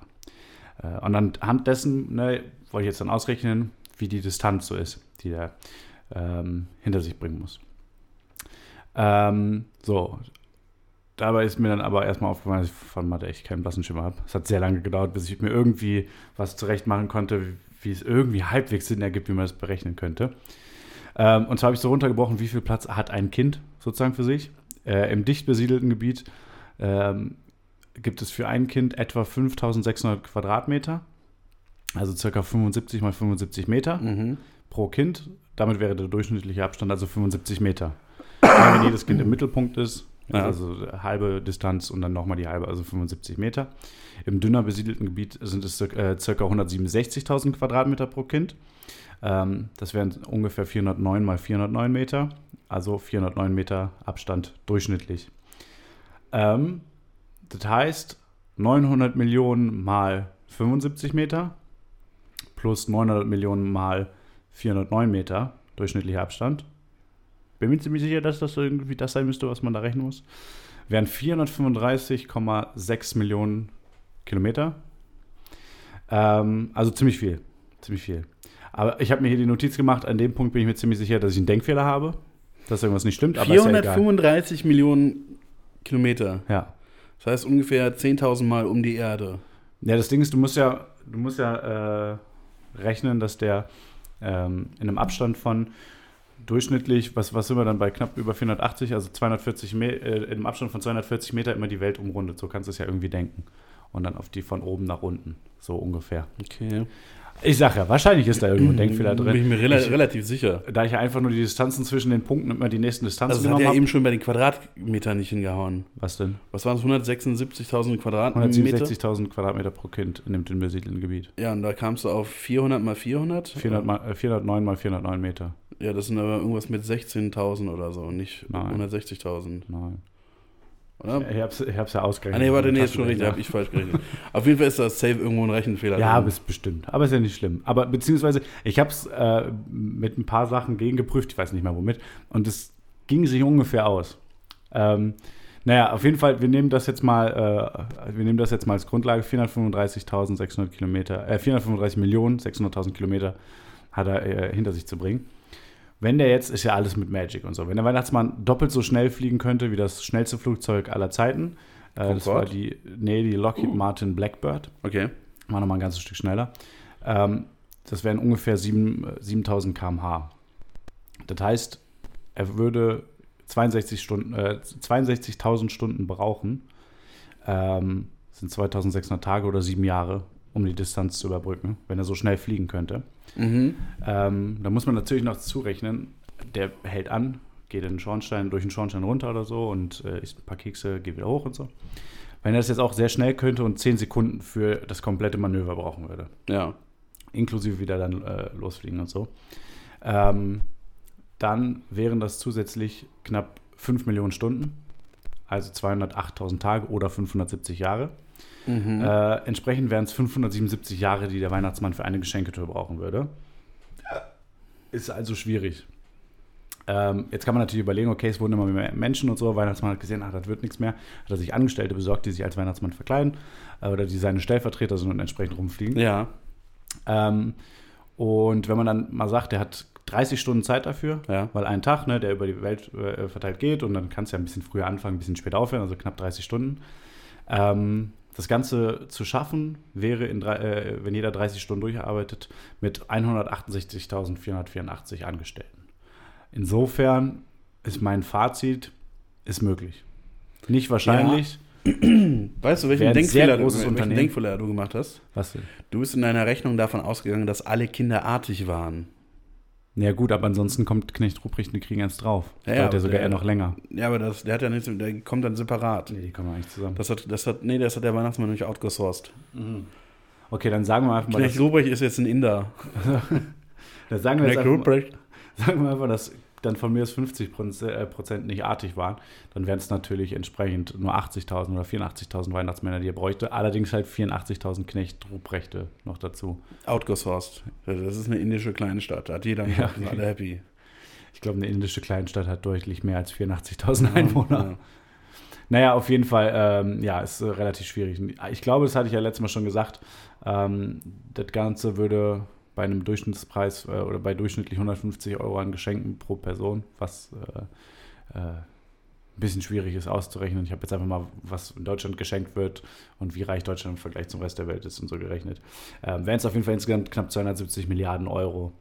S3: Äh, Und anhand dessen ne, wollte ich jetzt dann ausrechnen, wie die Distanz so ist, die der ähm, hinter sich bringen muss. Ähm, so. Dabei ist mir dann aber erstmal aufgefallen, dass ich von Mathe echt keinen blassen Schimmer habe. Es hat sehr lange gedauert, bis ich mir irgendwie was zurecht machen konnte, wie, wie es irgendwie halbwegs Sinn ergibt, wie man das berechnen könnte. Ähm, und zwar habe ich so runtergebrochen, wie viel Platz hat ein Kind sozusagen für sich. Äh, Im dicht besiedelten Gebiet ähm, gibt es für ein Kind etwa 5600 Quadratmeter, also circa 75 mal 75 Meter
S4: Mhm.
S3: pro Kind. Damit wäre der durchschnittliche Abstand also 75 Meter. Weil wenn jedes Kind im Mittelpunkt ist,
S4: Ja.
S3: also halbe Distanz und dann nochmal die halbe, also 75 Meter. Im dünner besiedelten Gebiet sind es cir- äh, circa 167.000 Quadratmeter pro Kind. Ähm, das wären ungefähr 409 mal 409 Meter, also 409 Meter Abstand durchschnittlich. Ähm, das heißt 900 Millionen mal 75 Meter plus 900 Millionen mal 409 Meter durchschnittlicher Abstand. Bin mir ziemlich sicher, dass das irgendwie das sein müsste, was man da rechnen muss. Wären 435,6 Millionen Kilometer. Ähm, also ziemlich viel. Ziemlich viel. Aber ich habe mir hier die Notiz gemacht. An dem Punkt bin ich mir ziemlich sicher, dass ich einen Denkfehler habe, dass irgendwas nicht stimmt. Aber ist ja egal.
S4: 435 Millionen Kilometer.
S3: Ja.
S4: Das heißt ungefähr 10.000 Mal um die Erde.
S3: Ja, das Ding ist, du musst ja, du musst ja äh, rechnen, dass der ähm, in einem Abstand von durchschnittlich, was, was sind wir dann bei knapp über 480, also 240 Me äh, in einem Abstand von 240 Meter immer die Welt umrundet. So kannst du es ja irgendwie denken. Und dann auf die von oben nach unten, so ungefähr.
S4: Okay.
S3: Ich sag ja, wahrscheinlich ist da irgendwo ein Denkfehler
S4: Bin ich
S3: drin.
S4: mir rela relativ sicher.
S3: Da ich ja einfach nur die Distanzen zwischen den Punkten immer die nächsten Distanzen
S4: Also das hat
S3: genommen
S4: ja
S3: habe.
S4: eben schon bei den Quadratmetern nicht hingehauen.
S3: was denn?
S4: Was waren es? 176.000 Quadratmeter?
S3: 167.000 Quadratmeter pro Kind in dem dünn besiedelten Gebiet.
S4: Ja, und da kamst du auf 400 mal 400.
S3: 400 mal, äh, 409 mal 409 Meter.
S4: Ja, das sind aber irgendwas mit 16.000 oder so, nicht
S3: Nein.
S4: 160.000.
S3: Nein.
S4: Oder?
S3: Ich hab's, ich hab's ja
S4: Ah,
S3: ausgerechnet.
S4: nee, warte, nee, ist schon richtig,
S3: Ja.
S4: habe ich falsch gerechnet. Auf jeden Fall ist da safe irgendwo ein Rechenfehler.
S3: ja,
S4: drin.
S3: bis bestimmt. Aber ist ja nicht schlimm. Aber beziehungsweise, ich hab's äh, mit ein paar Sachen gegengeprüft, ich weiß nicht mehr womit. Und es ging sich ungefähr aus. Ähm, naja, auf jeden Fall, wir nehmen das jetzt mal, äh, wir nehmen das jetzt mal als Grundlage. 435.600 Kilometer, äh, 435 Millionen, 600.000 Kilometer hat er äh, hinter sich zu bringen. Wenn der jetzt, ist ja alles mit Magic und so, wenn der Weihnachtsmann doppelt so schnell fliegen könnte wie das schnellste Flugzeug aller Zeiten, äh, das war
S4: Concorde?
S3: die, nee, die Lockheed Martin Blackbird,
S4: Okay.
S3: war nochmal ein ganzes Stück schneller, ähm, das wären ungefähr sieben- äh, 7000 km/h. Das heißt, er würde 62 Stunden, äh, 62.000 Stunden brauchen, ähm, sind 2600 Tage oder sieben Jahre, um die Distanz zu überbrücken, wenn er so schnell fliegen könnte.
S4: Mhm.
S3: Ähm, da muss man natürlich noch zurechnen, der hält an, geht in den Schornstein, durch den Schornstein runter oder so und äh, isst ein paar Kekse, geht wieder hoch und so. Wenn er das jetzt auch sehr schnell könnte und 10 Sekunden für das komplette Manöver brauchen würde,
S4: Ja.
S3: inklusive wieder dann äh, losfliegen und so, ähm, dann wären das zusätzlich knapp 5 Millionen Stunden, also 208.000 Tage oder 570 Jahre.
S4: Mhm.
S3: Äh, entsprechend wären es 577 Jahre, die der Weihnachtsmann für eine Geschenketour brauchen würde. Ist also schwierig. Ähm, jetzt kann man natürlich überlegen, okay, es wurden immer mehr Menschen und so. Weihnachtsmann hat gesehen, ach, das wird nichts mehr. Hat er sich Angestellte besorgt, die sich als Weihnachtsmann verkleiden äh, oder die seine Stellvertreter sind und entsprechend rumfliegen.
S4: Ja.
S3: Ähm, und wenn man dann mal sagt, der hat 30 Stunden Zeit dafür,
S4: Ja.
S3: weil ein Tag, ne, der über die Welt äh, verteilt geht und dann kannst du ja ein bisschen früher anfangen, ein bisschen später aufhören, also knapp 30 Stunden. Ähm, das Ganze zu schaffen wäre, in drei, äh, wenn jeder 30 Stunden durcharbeitet, mit 168.484 Angestellten. Insofern ist mein Fazit, ist möglich. Nicht wahrscheinlich.
S4: Weißt du,
S3: Wäre
S4: welchen
S3: ein sehr
S4: Denkfehler, du,
S3: großes
S4: welchen
S3: Unternehmen.
S4: Denkfehler du gemacht hast?
S3: Was denn?
S4: Du bist in deiner Rechnung davon ausgegangen, dass alle Kinder artig waren.
S3: Ja gut, aber ansonsten kommt Knecht Ruprecht und die kriegen eins drauf. Ja,
S4: Ja, ja,
S3: Dauert ja sogar
S4: der-
S3: eher noch länger.
S4: Ja, aber das, der hat ja nichts, mit- der kommt dann separat.
S3: Nee, die kommen eigentlich zusammen.
S4: Das hat, das hat, nee, das hat der Weihnachtsmann nicht outgesourced.
S3: Okay, dann sagen wir einfach mal,
S4: Knecht
S3: dass,
S4: Ruprecht ist jetzt ein Inder.
S3: dann sagen, wir jetzt
S4: Knecht
S3: einfach, mal-
S4: Ruprecht.
S3: sagen wir einfach, dass dann von mir aus 50 Proz- äh, Prozent nicht artig waren. Dann wären es natürlich entsprechend nur 80.000 oder 84.000 Weihnachtsmänner, die ihr bräuchte. Allerdings halt 84.000 Knecht Ruprechte noch dazu.
S4: Outgesourced. Das ist eine indische Kleinstadt. Da hat jeder
S3: Ja.
S4: sind alle happy.
S3: Ich glaube, eine indische Kleinstadt hat deutlich mehr als 84.000 Einwohner. Naja, auf jeden Fall, ähm, ja, ist äh, relativ schwierig. Ich glaube, das hatte ich ja letztes Mal schon gesagt, ähm, das Ganze würde bei einem Durchschnittspreis äh, oder bei durchschnittlich 150 Euro an Geschenken pro Person, was äh, äh, ein bisschen schwierig ist auszurechnen. Ich habe jetzt einfach mal, was in Deutschland geschenkt wird und wie reich Deutschland im Vergleich zum Rest der Welt ist und so gerechnet. Ähm, Wären es auf jeden Fall insgesamt knapp 270 Milliarden Euro,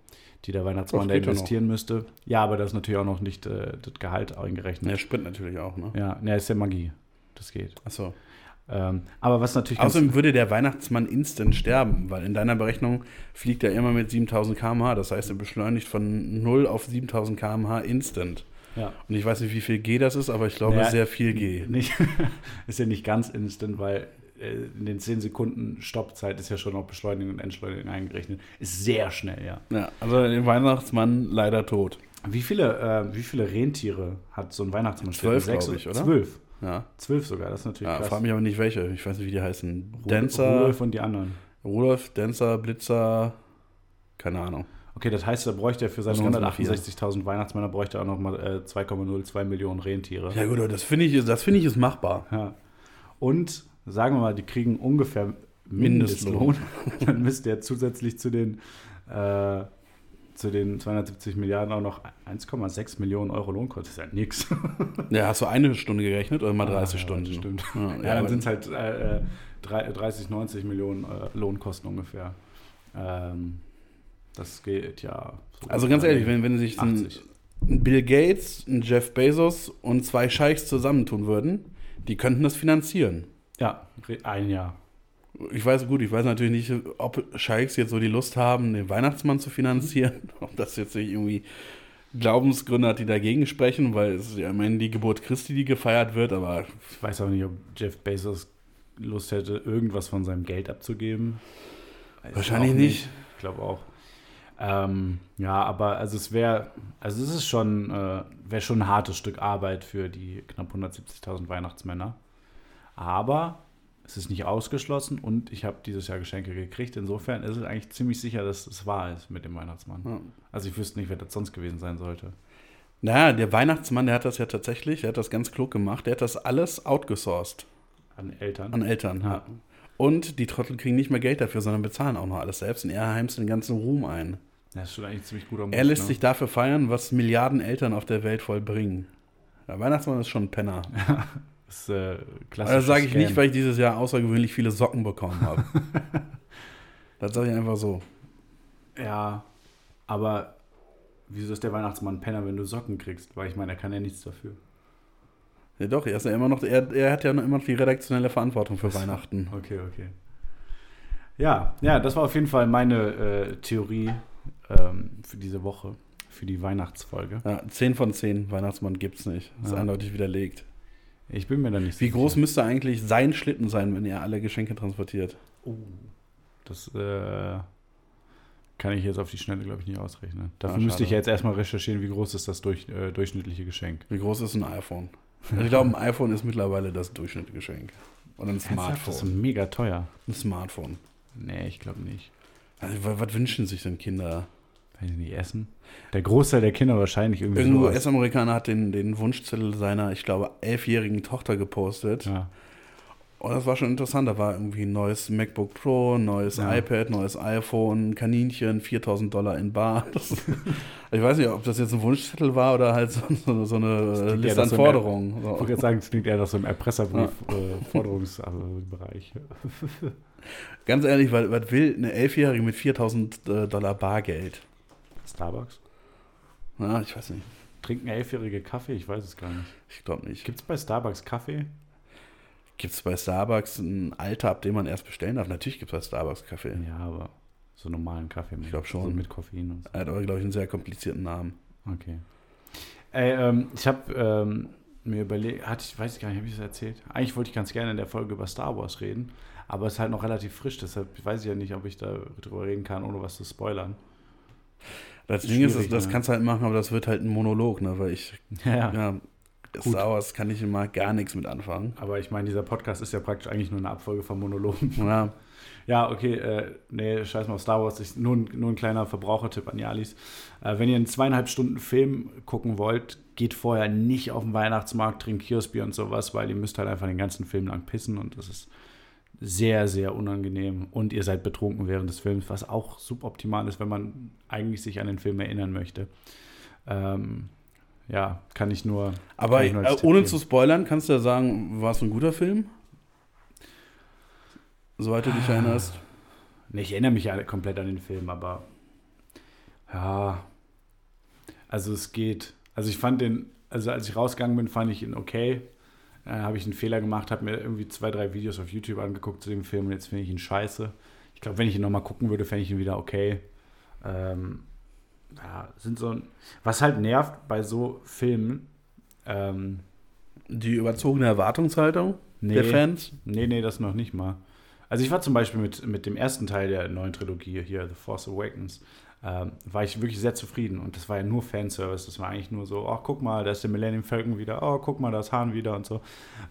S3: die der Weihnachtsmann
S4: Das
S3: da
S4: geht ja noch.
S3: investieren müsste. Ja, aber da ist natürlich auch noch nicht äh, das Gehalt
S4: Ja.
S3: eingerechnet.
S4: Der Sprit natürlich auch, ne?
S3: Ja, ne, ist ja Magie. Das geht.
S4: Achso.
S3: Ähm, aber was natürlich ganz-
S4: Außerdem würde der Weihnachtsmann instant sterben, weil in deiner Berechnung fliegt er immer mit 7000 km/h. Das heißt, er beschleunigt von 0 auf 7000 km/h instant.
S3: ja,
S4: Und ich weiß nicht, wie viel G das ist, aber ich glaube,
S3: Naja,
S4: sehr viel G.
S3: nicht, ist ja nicht ganz instant, weil äh, in den 10 Sekunden Stoppzeit ist ja schon noch Beschleunigen und Entschleunigen eingerechnet. Ist sehr schnell, ja.
S4: Ja, also den Weihnachtsmann leider tot.
S3: Wie viele, äh, wie viele Rentiere hat so ein Weihnachtsmann?
S4: Zwölf,
S3: Sechs
S4: glaub ich, oder?
S3: Zwölf.
S4: Ja.
S3: Zwölf sogar, das ist natürlich
S4: ja
S3: krass.
S4: frag mich aber nicht welche. Ich weiß nicht, wie die heißen.
S3: Ru-
S4: Dancer, Rudolf.
S3: Rudolf und die anderen.
S4: Dancer, Blitzer, keine Ahnung.
S3: Okay, das heißt, er bräuchte ja für seine
S4: Das sind ganz viele.
S3: 168.000 Weihnachtsmänner bräuchte er auch nochmal äh, 2,02 Millionen Rentiere.
S4: Ja gut, aber das finde ich, das finde ich ist machbar.
S3: Ja. Und sagen wir mal, die kriegen ungefähr Mindestlohn. Dann müsste er zusätzlich zu den, äh, zu den 270 Milliarden auch noch 1,6 Millionen Euro Lohnkosten. Das ist ja nix.
S4: Ja, hast du eine Stunde gerechnet oder mal
S3: Ja,
S4: 30 Stunden?
S3: das Stimmt.
S4: Ah, Ja,
S3: Ja,
S4: ja,
S3: dann
S4: aber-
S3: sind es halt äh, äh, drei- 30, 90 Millionen äh, Lohnkosten ungefähr. Ähm, das geht ja. so
S4: Also
S3: gut
S4: ganz
S3: bei
S4: ehrlich, wenn, wenn sich ein,
S3: 80.
S4: ein Bill Gates, ein Jeff Bezos und zwei Scheichs zusammentun würden, die könnten das finanzieren.
S3: Ja, re- ein Jahr.
S4: Ich weiß gut, ich weiß natürlich nicht, ob Scheichs jetzt so die Lust haben, den Weihnachtsmann zu finanzieren, ob das jetzt nicht irgendwie Glaubensgründe hat, die dagegen sprechen, weil es ist ja immerhin die Geburt Christi, die gefeiert wird, aber
S3: Ich weiß auch nicht, ob Jeff Bezos Lust hätte, irgendwas von seinem Geld abzugeben. Weiß
S4: Wahrscheinlich
S3: auch
S4: nicht.
S3: Ich glaube auch. Ähm, ja, aber also es wäre, also es ist schon, äh, wäre schon ein hartes Stück Arbeit für die knapp 170.000 Weihnachtsmänner. Aber es ist nicht ausgeschlossen und ich habe dieses Jahr Geschenke gekriegt. Insofern ist es eigentlich ziemlich sicher, dass es wahr ist mit dem Weihnachtsmann.
S4: Ja.
S3: Also ich wüsste nicht, wer das sonst gewesen sein sollte.
S4: naja, der Weihnachtsmann, der hat das ja tatsächlich, der hat das ganz klug gemacht, der hat das alles outgesourced
S3: An Eltern.
S4: an Eltern.
S3: Ja.
S4: Und die Trottel kriegen nicht mehr Geld dafür, sondern bezahlen auch noch alles selbst und er heimst den ganzen Ruhm ein.
S3: das ist schon eigentlich ziemlich guter Move,
S4: Er lässt
S3: ne?
S4: sich dafür feiern, was Milliarden Eltern auf der Welt vollbringen. Der Weihnachtsmann ist schon ein Penner.
S3: Das, ist, äh,
S4: Aber das sage Also ich
S3: klassisches
S4: nicht, weil ich dieses Jahr außergewöhnlich viele Socken bekommen habe. das sage ich einfach so.
S3: Ja, aber wieso ist der Weihnachtsmann ein Penner, wenn du Socken kriegst? Weil ich meine, er kann ja nichts dafür.
S4: Ja, doch, er, ist ja immer noch, er, er hat ja noch immer noch die redaktionelle Verantwortung für Weihnachten.
S3: Okay, okay. Ja, ja, das war auf jeden Fall meine äh, Theorie ähm, für diese Woche, für die Weihnachtsfolge.
S4: Ja, 10 von 10 Weihnachtsmann gibt's nicht. Das ist
S3: Ja.
S4: eindeutig widerlegt.
S3: Ich bin mir da nicht
S4: Wie
S3: sicher.
S4: groß müsste eigentlich sein Schlitten sein, wenn er alle Geschenke transportiert?
S3: Oh, das äh, kann ich jetzt auf die Schnelle, glaube ich, nicht ausrechnen. Dafür
S4: schade.
S3: müsste ich jetzt erstmal recherchieren, wie groß ist das durch, äh, durchschnittliche Geschenk.
S4: Wie groß ist ein iPhone? Also ich glaube, ein iPhone ist mittlerweile das Durchschnittsgeschenk. Oder ein
S3: Ernsthaft? Das ist
S4: Smartphone.
S3: mega teuer.
S4: Ein Smartphone.
S3: Nee, ich glaube nicht.
S4: Also, wa- was wünschen sich denn Kinder?
S3: Weiß ich nicht, Essen? Der Großteil der Kinder wahrscheinlich irgendwie
S4: Irgendein
S3: sowas.
S4: US-Amerikaner hat den, den Wunschzettel seiner, ich glaube, elfjährigen Tochter gepostet.
S3: Ja.
S4: Oh, das war schon interessant. Da war irgendwie ein neues MacBook Pro, ein neues
S3: Ja.
S4: iPad, neues iPhone, Kaninchen, 4000 Dollar in Bar. Das, ich weiß nicht, ob das jetzt ein Wunschzettel war oder halt so, so, so eine
S3: klingt eher
S4: Liste
S3: nach
S4: an
S3: so einem-
S4: Forderungen.
S3: Ich
S4: So.
S3: wollte gerade sagen, es klingt eher nach so einem äh, also Erpresserbrief-Forderungsbereich.
S4: Ganz ehrlich, was, was will eine Elfjährige mit 4000 äh, Dollar Bargeld?
S3: Starbucks?
S4: Na, ich weiß nicht.
S3: Trinken Elfjährige Kaffee? Ich weiß es gar nicht.
S4: Ich glaube nicht.
S3: Gibt es bei Starbucks Kaffee?
S4: Gibt es bei Starbucks ein Alter, ab dem man erst bestellen darf? Natürlich gibt es bei Starbucks Kaffee.
S3: Ja, aber so normalen Kaffee. mit-
S4: Ich glaub schon.
S3: So mit Koffein und so.
S4: Er hat aber, glaube ich, einen sehr komplizierten Namen.
S3: Okay. Ey, ähm, ich habe ähm, mir überlegt, hatte ich, weiß ich gar nicht, habe ich das erzählt? Eigentlich wollte ich ganz gerne in der Folge über Star Wars reden, aber es ist halt noch relativ frisch, deshalb weiß ich ja nicht, ob ich da drüber reden kann, ohne was zu spoilern.
S4: Das Ding ist, das,
S3: Schwierig,
S4: das
S3: ne?
S4: kannst du halt machen, aber das wird halt ein Monolog, ne? Weil ich,
S3: Ja.
S4: ja, Star Wars kann ich immer gar nichts mit anfangen.
S3: Aber ich meine, dieser Podcast ist ja praktisch eigentlich nur eine Abfolge von Monologen.
S4: Ja,
S3: Ja, okay, äh, nee, scheiß mal auf Star Wars. Ich, nur, ein- nur ein kleiner Verbrauchertipp an die Alis. Äh, wenn ihr einen zweieinhalb Stunden Film gucken wollt, geht vorher nicht auf den Weihnachtsmarkt, trinkt Kirschbier und sowas, weil ihr müsst halt einfach den ganzen Film lang pissen und das ist sehr, sehr unangenehm. Und ihr seid betrunken während des Films, was auch suboptimal ist, wenn man eigentlich sich an den Film erinnern möchte. Ähm, ja, kann ich nur.
S4: aber
S3: kann ich nur als
S4: äh,
S3: Tipp
S4: ohne
S3: geben.
S4: zu spoilern, kannst du ja sagen, war es ein guter Film? Soweit du dich
S3: Ah.
S4: erinnerst.
S3: Nee, ich erinnere mich ja komplett an den Film, aber ja, also es geht. Also ich fand den, also als ich rausgegangen bin, fand ich ihn okay. Äh, habe ich einen Fehler gemacht, habe mir irgendwie zwei, drei Videos auf YouTube angeguckt zu dem Film und jetzt finde ich ihn scheiße. Ich glaube, wenn ich ihn nochmal gucken würde, fände ich ihn wieder okay. Ähm, ja, sind so ein, was halt nervt bei so Filmen, ähm,
S4: Die überzogene Erwartungshaltung der
S3: Nee.
S4: Fans.
S3: Nee, nee, das noch nicht mal. Also ich war zum Beispiel mit, mit dem ersten Teil der neuen Trilogie hier, The Force Awakens, ähm, war ich wirklich sehr zufrieden. Und das war ja nur Fanservice. Das war eigentlich nur so, oh, guck mal, da ist der Millennium Falcon wieder, oh, guck mal, da ist Hahn wieder und so.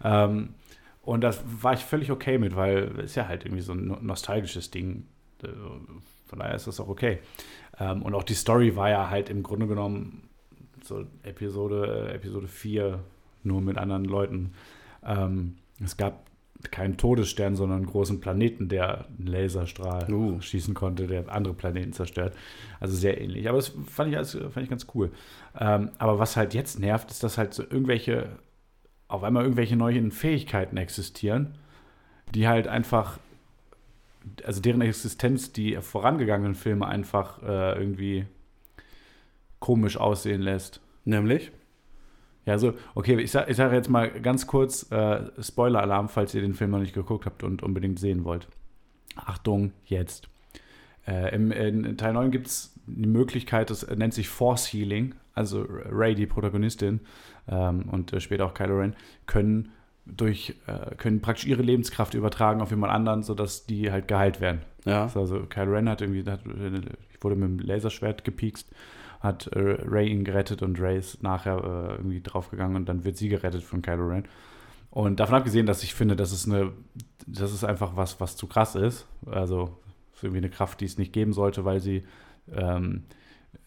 S3: Ähm, und das war ich völlig okay mit, weil es ist ja halt irgendwie so ein no- nostalgisches Ding. Äh, Von daher ist das auch okay. Ähm, und auch die Story war ja halt im Grunde genommen so Episode, äh, Episode 4, nur mit anderen Leuten. Ähm, es gab keinen Todesstern, sondern einen großen Planeten, der einen Laserstrahl
S4: Uh.
S3: schießen konnte, der andere Planeten zerstört. Also sehr ähnlich. Aber das fand ich, alles, fand ich ganz cool. Ähm, aber was halt jetzt nervt, ist, dass halt so irgendwelche, auf einmal irgendwelche neuen Fähigkeiten existieren, die halt einfach, also deren Existenz die vorangegangenen Filme einfach äh, irgendwie komisch aussehen lässt.
S4: Nämlich?
S3: Ja, so, okay, ich sage ich sag jetzt mal ganz kurz äh, Spoiler-Alarm, falls ihr den Film noch nicht geguckt habt und unbedingt sehen wollt. Achtung, jetzt. Äh, im, in Teil 9 gibt es die Möglichkeit, das nennt sich Force Healing. Also Ray, die Protagonistin ähm, und äh, später auch Kylo Ren, können durch, äh, können praktisch ihre Lebenskraft übertragen auf jemand anderen, sodass die halt geheilt werden.
S4: Ja.
S3: Das war Also Kylo Ren hat irgendwie, hat, ich wurde mit dem Laserschwert gepiekst, hat äh, Ray ihn gerettet und Ray ist nachher äh, irgendwie draufgegangen und dann wird sie gerettet von Kylo Ren. Und davon abgesehen, dass ich finde, das ist eine, das ist einfach was, was zu krass ist. Also ist irgendwie eine Kraft, die es nicht geben sollte, weil sie ähm,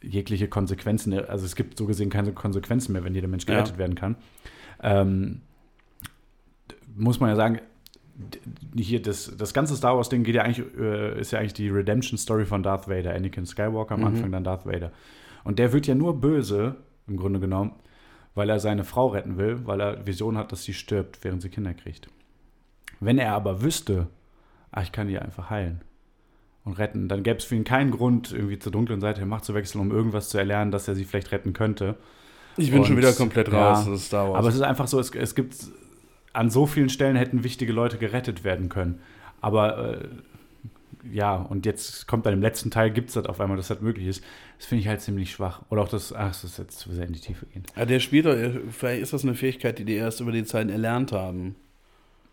S3: jegliche Konsequenzen, also es gibt so gesehen keine Konsequenzen mehr, wenn jeder Mensch
S4: Ja.
S3: gerettet werden kann. Ähm, muss man ja sagen, hier das, das ganze Star Wars Ding geht ja eigentlich äh, ist ja eigentlich die Redemption Story von Darth Vader, Anakin Skywalker am
S4: Mhm.
S3: Anfang dann Darth Vader. Und der wird ja nur böse im Grunde genommen, weil er seine Frau retten will, weil er Vision hat, dass sie stirbt, während sie Kinder kriegt. Wenn er aber wüsste, ach, ich kann die einfach heilen und retten, dann gäbe es für ihn keinen Grund, irgendwie zur dunklen Seite der Macht zu wechseln, um irgendwas zu erlernen, dass er sie vielleicht retten könnte.
S4: Ich bin
S3: Und-
S4: schon wieder komplett raus.
S3: Ja.
S4: Das ist Star Wars.
S3: Aber es ist einfach so, es, es gibt, an so vielen Stellen hätten wichtige Leute gerettet werden können. Aber äh, ja, und jetzt kommt dann im letzten Teil, gibt es das auf einmal, dass das möglich ist. Das finde ich halt ziemlich schwach. Oder auch das, ach, das ist jetzt zu sehr in die Tiefe gehen.
S4: ja, der spielt doch, vielleicht ist das eine Fähigkeit, die die erst über die Zeiten erlernt haben.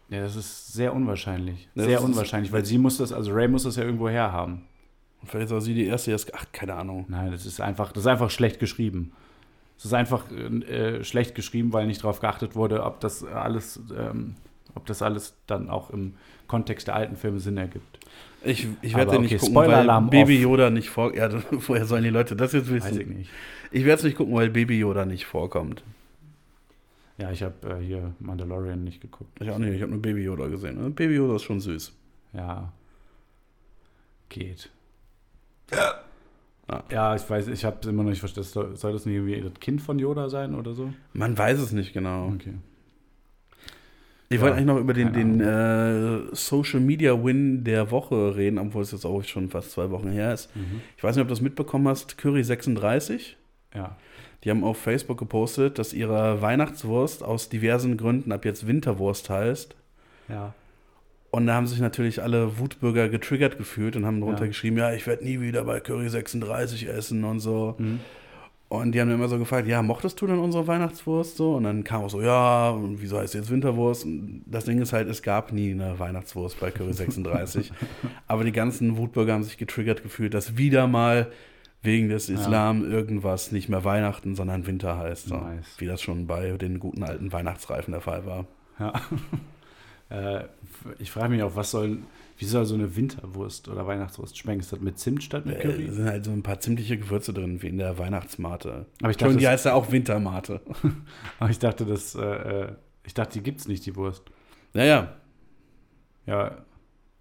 S3: Ja, das ist sehr unwahrscheinlich.
S4: Das
S3: sehr
S4: ist-
S3: unwahrscheinlich, weil sie muss das, also Ray muss das ja irgendwo herhaben.
S4: Und vielleicht war sie die erste, die das, ach, keine Ahnung.
S3: Nein, das ist einfach, das ist einfach schlecht geschrieben. Es ist einfach äh, äh, schlecht geschrieben, weil nicht darauf geachtet wurde, ob das alles, ähm, ob das alles dann auch im Kontext der alten Filme Sinn ergibt.
S4: Ich, ich
S3: Aber
S4: werde den
S3: okay,
S4: nicht gucken,
S3: Spoiler-Alarm
S4: weil Baby
S3: off.
S4: Yoda nicht vor. Ja, woher sollen die Leute das jetzt
S3: Weiß ich
S4: wissen?
S3: nicht.
S4: Ich, werde es nicht gucken, weil Baby Yoda nicht vorkommt.
S3: Ja, ich habe äh, hier Mandalorian nicht geguckt.
S4: Ich auch nicht, ich habe nur Baby Yoda gesehen. Und Baby Yoda ist schon süß.
S3: Ja. Geht.
S4: Ah.
S3: Ja, ich weiß, ich habe es immer noch nicht verstanden. Soll, soll das nicht irgendwie das Kind von Yoda sein oder so?
S4: Man weiß es nicht genau.
S3: Okay.
S4: Ich
S3: Ja,
S4: wollte eigentlich noch über den,
S3: keine
S4: den äh, Social Media Win der Woche reden, obwohl es jetzt auch schon fast zwei Wochen her ist.
S3: Mhm.
S4: Ich weiß nicht, ob du das mitbekommen hast. Curry 36.
S3: Ja.
S4: Die haben auf Facebook gepostet, dass ihre Weihnachtswurst aus diversen Gründen ab jetzt Winterwurst heißt.
S3: Ja.
S4: Und da haben sich natürlich alle Wutbürger getriggert gefühlt und haben darunter
S3: Ja.
S4: geschrieben, ja, ich werde nie wieder bei Curry 36 essen und so.
S3: Mhm.
S4: Und die haben mir immer so gefragt, ja, mochtest du denn unsere Weihnachtswurst so? Und dann kam auch so, ja, und wieso heißt die jetzt Winterwurst? Und das Ding ist halt, es gab nie eine Weihnachtswurst bei Curry 36. Aber die ganzen Wutbürger haben sich getriggert gefühlt, dass wieder mal wegen des Islam irgendwas nicht mehr Weihnachten, sondern Winter heißt. So.
S3: Nice.
S4: Wie das schon bei den guten alten Weihnachtsreifen der Fall war.
S3: Ja. äh, ich frage mich auch, was soll, wie soll so eine Winterwurst oder Weihnachtswurst schmecken? Ist das mit Zimt statt mit
S4: Curry.
S3: Curry?
S4: Da sind halt so ein paar zimtliche Gewürze drin, wie in der Weihnachtsmate.
S3: Aber ich
S4: Schon,
S3: dachte,
S4: die
S3: das-
S4: heißt ja auch Wintermate.
S3: Aber ich dachte, das, äh, äh, ich dachte, die gibt's nicht, die Wurst.
S4: Naja,
S3: Ja.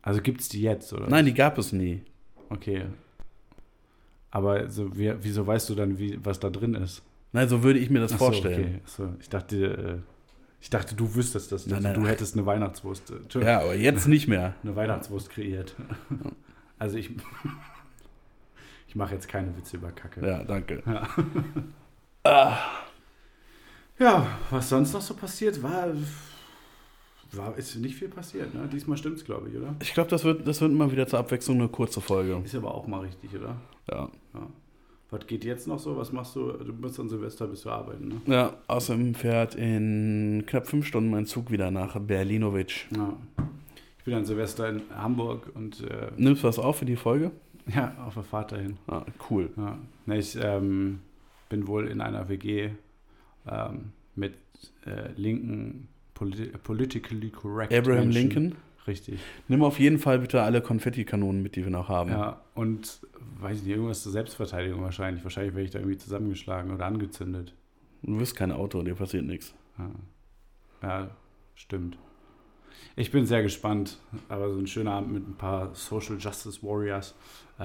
S3: Also gibt's die jetzt, oder?
S4: nein, die gab es nie.
S3: Okay. Aber so, wie, wieso weißt du dann, wie, was da drin ist?
S4: Nein, so würde ich mir das
S3: Ach so,
S4: vorstellen.
S3: okay. Ach So, ich dachte, äh, ich dachte, du wüsstest das.
S4: Nein,
S3: also,
S4: nein.
S3: du hättest eine Weihnachtswurst, äh, tschö,
S4: Ja, aber jetzt nicht mehr.
S3: eine Weihnachtswurst kreiert. also ich, ich mache jetzt keine Witze über Kacke.
S4: Ja, danke.
S3: Ja, was sonst noch so passiert, war, war ist nicht viel passiert. Ne? Diesmal stimmt's, glaube ich, oder?
S4: Ich glaube, das wird, das wird mal wieder zur Abwechslung eine kurze Folge.
S3: Ist aber auch mal richtig, oder?
S4: Ja.
S3: Ja. Was geht jetzt noch so? Was machst du? Du musst an Silvester bis du arbeiten, ne?
S4: ja, außerdem fährt in knapp fünf Stunden mein Zug wieder nach Berlinovic.
S3: Ja. Ich bin an Silvester in Hamburg und äh,
S4: Nimmst du was auf für die Folge?
S3: ja, auf der Fahrt dahin.
S4: Ah, cool.
S3: Ja. Ne, ich ähm, bin wohl in einer WG ähm, mit äh, linken Poli politically correct
S4: Abraham
S3: Menschen.
S4: Lincoln.
S3: Richtig.
S4: Nimm auf jeden Fall bitte alle Konfettikanonen mit, die wir noch haben.
S3: Ja, und weiß ich nicht, irgendwas zur Selbstverteidigung wahrscheinlich. Wahrscheinlich werde ich da irgendwie zusammengeschlagen oder angezündet.
S4: Du bist kein Auto, dir passiert nichts.
S3: Ja, ja stimmt. Ich bin sehr gespannt, aber so ein schöner Abend mit ein paar Social Justice Warriors. Äh,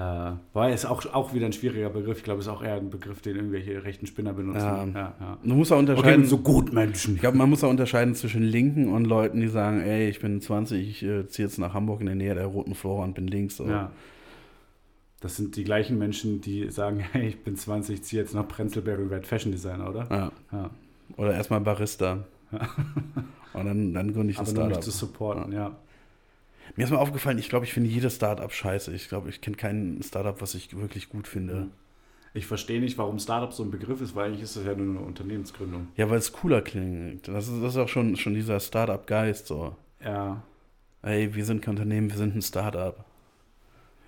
S3: war jetzt auch, auch wieder ein schwieriger Begriff. Ich glaube, es ist auch eher ein Begriff, den irgendwelche rechten Spinner benutzen.
S4: Ja.
S3: Ja, ja.
S4: Du musst auch
S3: Okay,
S4: unterscheiden.
S3: mit so Gutmenschen.
S4: Ich glaube, man muss auch unterscheiden zwischen Linken und Leuten, die sagen, ey, ich bin 20, ich äh, ziehe jetzt nach Hamburg in der Nähe der Roten Flora und bin links. So.
S3: Ja. Das sind die gleichen Menschen, die sagen, hey, ich bin 20, ziehe jetzt nach Prenzlberg und werde Fashion Designer, oder?
S4: Ja.
S3: Ja.
S4: Oder erstmal Barista. und dann, dann gründe ich ein
S3: Aber nur um mich
S4: Startup.
S3: zu supporten, ja.
S4: Mir ist mal aufgefallen, ich glaube, ich finde jedes Startup scheiße. Ich glaube, ich kenne kein Startup, was ich wirklich gut
S3: Mhm.
S4: finde.
S3: Ich verstehe nicht, warum Startup so ein Begriff ist, weil eigentlich ist das ja nur eine Unternehmensgründung.
S4: Ja, weil es cooler klingt. Das ist, das ist auch schon, schon dieser Startup-Geist so.
S3: Ja.
S4: Ey, wir sind kein Unternehmen, wir sind ein Startup.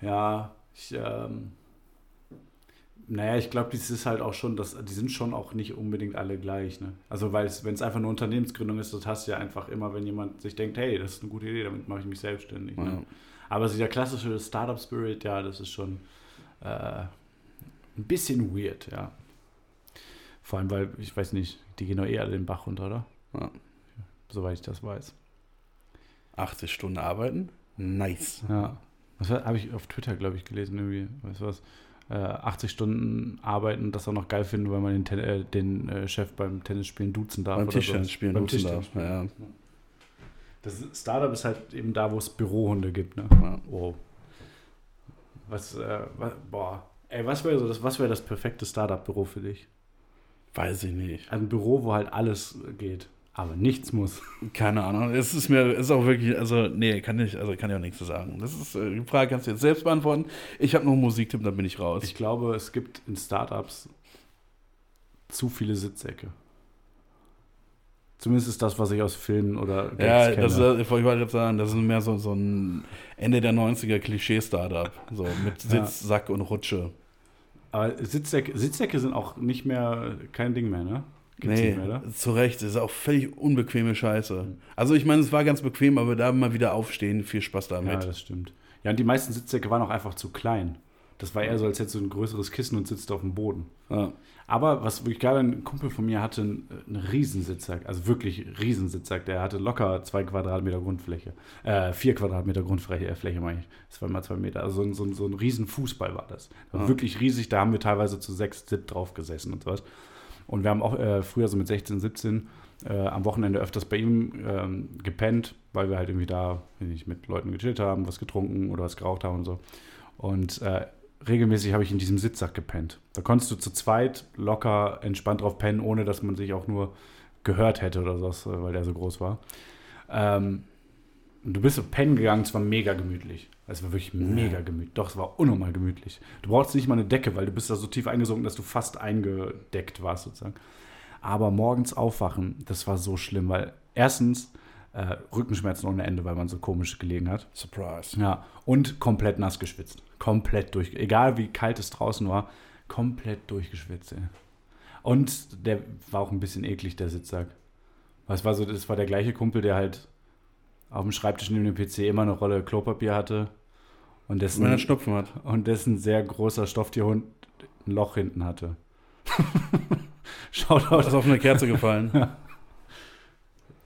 S3: Ja, ich, ähm, naja, ich glaube, das ist halt auch schon, das, die sind schon auch nicht unbedingt alle gleich, ne? Also, weil es, wenn es einfach eine Unternehmensgründung ist, das hast du ja einfach immer, wenn jemand sich denkt, hey, das ist eine gute Idee, damit mache ich mich selbstständig.
S4: Ja.
S3: Ne? Aber so der klassische Startup-Spirit, ja, das ist schon äh, ein bisschen weird, ja. Vor allem, weil, ich weiß nicht, die gehen doch eh alle den Bach runter, oder?
S4: Ja.
S3: Soweit ich das weiß.
S4: 80 Stunden arbeiten? Nice.
S3: Ja. Das habe ich auf Twitter, glaube ich, gelesen, irgendwie, weißt du was? Äh, 80 Stunden arbeiten und das auch noch geil finden, weil man den, Ten äh, den äh, Chef beim Tennisspielen duzen darf.
S4: Beim
S3: oder
S4: Tischtennis
S3: so.
S4: spielen
S3: Beim
S4: duzen
S3: Tischtennis
S4: darf.
S3: spielen.
S4: Ja.
S3: Das ist- Startup ist halt eben da, wo es Bürohunde gibt, ne?
S4: Ja.
S3: Oh. Was, äh, was, boah. Ey, was wäre so das, was wäre das perfekte Startup-Büro für dich?
S4: Weiß ich nicht.
S3: Ein Büro, wo halt alles geht, aber nichts muss.
S4: Keine Ahnung. Es ist mir, es ist auch wirklich, also, nee, kann ich, also kann ich auch nichts zu sagen. Das ist, äh, die Frage kannst du jetzt selbst beantworten. Ich habe noch einen Musiktipp, dann bin ich raus.
S3: Ich glaube, es gibt in Startups zu viele Sitzsäcke. Zumindest ist das, was ich aus Filmen oder Games
S4: ja,
S3: kenne.
S4: das ist, ich wollte gerade sagen, das ist mehr so, so ein Ende der 90er Klischee-Startup. So mit Sitz,
S3: Ja.
S4: Sack und Rutsche.
S3: Aber Sitzsäcke, Sitzsäcke sind auch nicht mehr kein Ding mehr, ne? Gibt's
S4: nee,
S3: nicht mehr, oder?
S4: zu Recht. Das ist auch völlig unbequeme Scheiße. Also, ich meine, es war ganz bequem, aber da mal wieder aufstehen, viel Spaß
S3: Ja,
S4: damit.
S3: das stimmt. Ja, und die meisten Sitzsäcke waren auch einfach zu klein. Das war eher so, als hättest du ein größeres Kissen und sitzt auf dem Boden.
S4: Ja.
S3: Aber was wirklich geil, war, ein Kumpel von mir hatte einen, äh, einen Riesensitzsack, also wirklich Riesensitzsack. Der hatte locker zwei Quadratmeter Grundfläche, äh, vier Quadratmeter Grundfläche, äh, Fläche meine ich, zwei mal zwei Meter. Also so ein, so ein, so ein Riesenfußball war das. War Wirklich riesig, da haben wir teilweise zu sechs, sieb drauf gesessen und sowas. Und wir haben auch äh, früher so mit 16, 17 äh, am Wochenende öfters bei ihm ähm, gepennt, weil wir halt irgendwie da weiß nicht, mit Leuten gechillt haben, was getrunken oder was geraucht haben und so. Und äh, regelmäßig habe ich in diesem Sitzsack gepennt. Da konntest du zu zweit locker entspannt drauf pennen, ohne dass man sich auch nur gehört hätte oder sowas, äh, weil der so groß war. Ähm, und du bist so pennen gegangen, es war mega gemütlich. Es war wirklich mega gemütlich. Doch, es war unnormal gemütlich. Du brauchst nicht mal eine Decke, weil du bist da so tief eingesunken, dass du fast eingedeckt warst sozusagen. Aber morgens aufwachen, das war so schlimm, weil erstens äh, Rückenschmerzen ohne Ende, weil man so komisch gelegen hat.
S4: Surprise.
S3: Ja, und komplett nass geschwitzt. Komplett durch. Egal wie kalt es draußen war, komplett durchgeschwitzt. Ey. Und der war auch ein bisschen eklig, der Sitzsack. Was war so, das war der gleiche Kumpel, der halt auf dem Schreibtisch neben dem PC immer eine Rolle Klopapier hatte und dessen,
S4: Wenn er Schnupfen hat.
S3: und dessen sehr großer Stofftierhund ein Loch hinten hatte.
S4: Ist
S3: Shoutout,
S4: auf eine Kerze gefallen.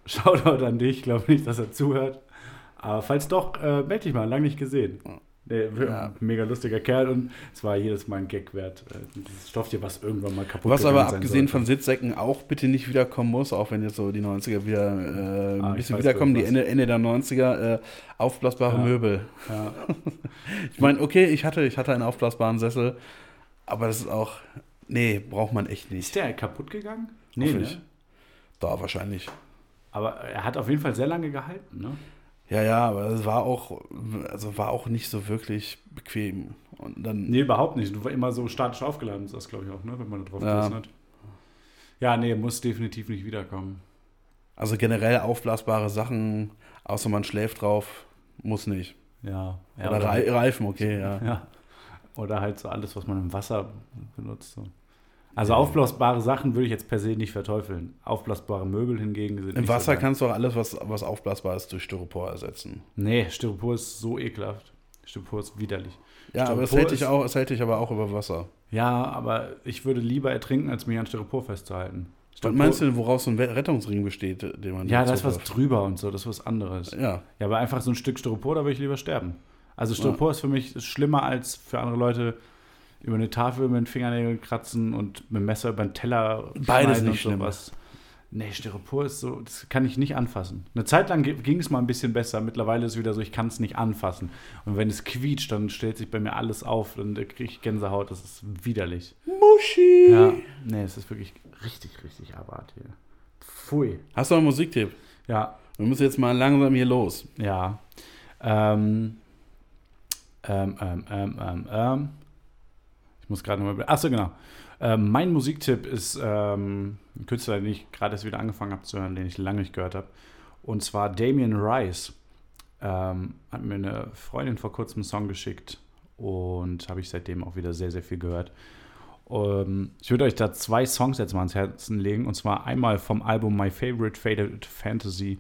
S3: Shoutout an dich. Ich glaube nicht, dass er zuhört. Aber falls doch, äh, melde dich mal. Lang nicht gesehen. Der, wir-
S4: Ja.
S3: Mega lustiger Kerl und es war jedes Mal ein Gag wert. Äh, Dieses Stofftier, was irgendwann mal kaputt
S4: Was aber
S3: gegangen sein
S4: abgesehen
S3: sollte.
S4: von Sitzsäcken auch bitte nicht wiederkommen muss, auch wenn jetzt so die 90er wieder äh, ein
S3: Ah, ich
S4: bisschen
S3: weiß,
S4: wiederkommen, die
S3: was du
S4: Ende, Ende der 90er, äh, aufblasbare
S3: Ja.
S4: Möbel.
S3: Ja.
S4: Ich meine, okay, ich hatte, ich hatte einen aufblasbaren Sessel, aber das ist auch, nee, braucht man echt nicht.
S3: Ist der kaputt gegangen?
S4: Hoffe
S3: ne?
S4: ich. Da wahrscheinlich.
S3: Aber er hat auf jeden Fall sehr lange gehalten. Ne?
S4: Ja, ja, aber es war auch, also war auch nicht so wirklich bequem. Und dann,
S3: Nee, überhaupt nicht. Du war immer so statisch aufgeladen, ist das glaube ich auch, ne? wenn man da drauf
S4: Ja.
S3: gesessen hat. Ja, nee, muss definitiv nicht wiederkommen.
S4: also generell aufblasbare Sachen, außer man schläft drauf, muss nicht.
S3: Ja. ja
S4: Oder Rei- Reifen, okay, ja.
S3: Ja. Oder halt so alles, was man im Wasser benutzt. So. Also aufblasbare Sachen würde ich jetzt per se nicht verteufeln. Aufblasbare Möbel hingegen sind
S4: Im
S3: nicht so
S4: Wasser
S3: geil.
S4: kannst du auch alles, was, was aufblasbar ist, durch Styropor ersetzen.
S3: Nee, Styropor ist so ekelhaft. Styropor ist widerlich.
S4: Ja, aber es
S3: Styropor
S4: hält, dich
S3: ist-
S4: auch, es hält dich aber auch über Wasser.
S3: Ja, aber ich würde lieber ertrinken, als mich an Styropor festzuhalten.
S4: Und
S3: Styropor-
S4: meinst du, woraus so ein We- Rettungsring besteht, den man
S3: Ja,
S4: da
S3: da ist was
S4: zuwirft?
S3: drüber und so, das ist was anderes. Ja.
S4: Ja,
S3: aber einfach so ein Stück Styropor, da würde ich lieber sterben. Also Styropor ist für mich ist schlimmer als für andere Leute über eine Tafel mit den Fingernägeln kratzen und mit dem Messer über den Teller
S4: Beides
S3: schneiden
S4: nicht
S3: und
S4: schlimm.
S3: sowas. Nee, Styropor ist so, das kann ich nicht anfassen. Eine Zeit lang ge- ging es mal ein bisschen besser, mittlerweile ist es wieder so, ich kann es nicht anfassen. Und wenn es quietscht, dann stellt sich bei mir alles auf, dann kriege ich Gänsehaut, das ist widerlich. Muschi! Ja, nee, es ist wirklich richtig, richtig Abart hier. Pfui.
S4: Hast du noch einen Musiktipp?
S3: Ja,
S4: Wir müssen jetzt mal langsam hier los.
S3: ja. Ähm, ähm, ähm, ähm, ähm, ähm. Ich muss gerade nochmal. Achso, genau. Ähm, mein Musiktipp ist ähm, ein Künstler, den ich gerade erst wieder angefangen habe zu hören, den ich lange nicht gehört habe. Und zwar Damien Rice. Ähm, hat mir eine Freundin vor kurzem einen Song geschickt und habe ich seitdem auch wieder sehr, sehr viel gehört. Ähm, ich würde euch da zwei Songs jetzt mal ans Herzen legen. Und zwar einmal vom Album My Favorite Faded Fantasy,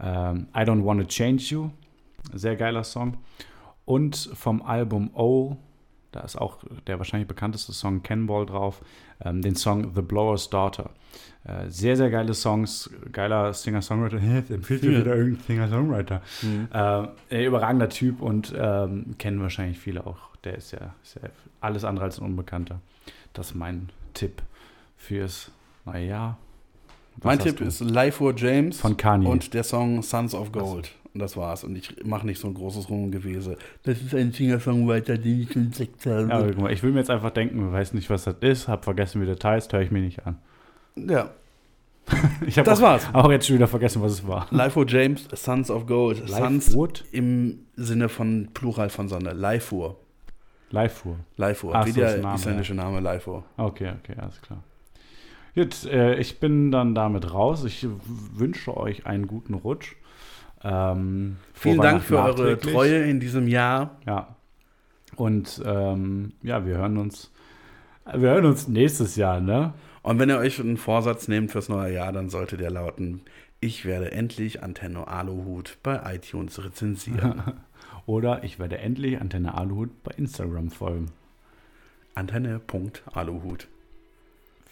S3: ähm, I Don't Wanna Change You. Sehr geiler Song. Und vom Album O, da ist auch der wahrscheinlich bekannteste Song Cannonball drauf, ähm, den Song The Blower's Daughter. Äh, sehr, sehr geile Songs, geiler Singer-Songwriter. Hä, jetzt Empfiehlt mir wieder irgendein Singer-Songwriter.
S4: Mhm.
S3: Äh, überragender Typ und ähm, kennen wahrscheinlich viele auch. Der ist ja, ist ja alles andere als ein Unbekannter. Das ist mein Tipp fürs neue Jahr. Was
S4: mein
S3: hast
S4: Tipp
S3: du?
S4: ist Life or James
S3: Von Kanye.
S4: und der Song Sons of Gold. Und das war's. Und ich mache nicht so ein großes Rumgewese. Das ist ein Singer-Songwriter, den ich entdeckt
S3: Ja, aber
S4: habe.
S3: guck mal, ich will mir jetzt einfach denken, weiß nicht, was das ist, hab vergessen, wie Details, höre ich mir nicht an.
S4: Ja.
S3: Ich hab
S4: Das
S3: auch,
S4: war's.
S3: Auch jetzt schon wieder vergessen, was es war.
S4: Life or James, Sons of Gold. Sons
S3: Wood?
S4: im Sinne von Plural von Sonne. Life or.
S3: Live Uhr.
S4: Life or.
S3: Ach
S4: Wie
S3: so, ist
S4: der
S3: ein Name,
S4: isländische Name Life or.
S3: Okay, okay, alles klar. Gut, äh, ich bin dann damit raus. Ich w- wünsche euch einen guten Rutsch. Ähm, frohe
S4: Vielen Dank
S3: Weihnachten
S4: für eure
S3: nachträglich.
S4: Treue in diesem Jahr.
S3: Ja. Und ähm, ja, wir hören uns. Wir hören uns nächstes Jahr, ne?
S4: Und wenn ihr euch einen Vorsatz nehmt fürs neue Jahr, dann sollte der lauten, ich werde endlich Antenno Aluhut bei iTunes rezensieren.
S3: Oder ich werde endlich Antenne Aluhut bei Instagram folgen.
S4: Antenne.aluhut.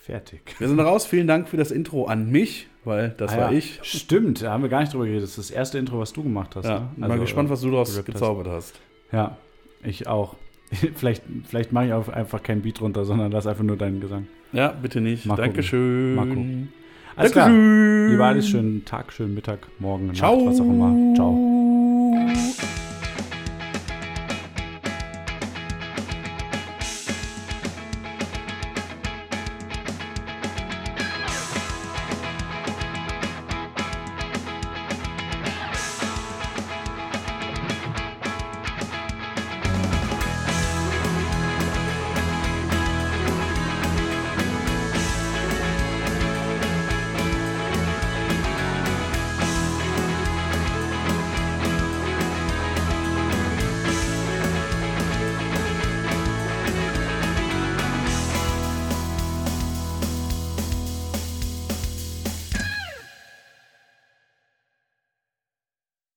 S3: Fertig.
S4: Wir sind raus. Vielen Dank für das Intro an mich, weil das
S3: Ah,
S4: war
S3: ja.
S4: ich.
S3: Stimmt, da haben wir gar nicht drüber geredet. Das ist das erste Intro, was du gemacht hast.
S4: Ja,
S3: ne?
S4: bin mal gespannt, was du daraus
S3: gerappt hast.
S4: gezaubert hast.
S3: Ja, ich auch. vielleicht vielleicht mache ich auch einfach kein Beat runter, sondern lass einfach nur deinen Gesang.
S4: Ja, bitte nicht.
S3: Mal gucken.
S4: Dankeschön.
S3: Mal gucken. Alles klar.
S4: Dankeschön.
S3: Lieber alles, schönen Tag, schönen Mittag, morgen, Nacht,
S4: Ciao.
S3: was auch immer. Ciao.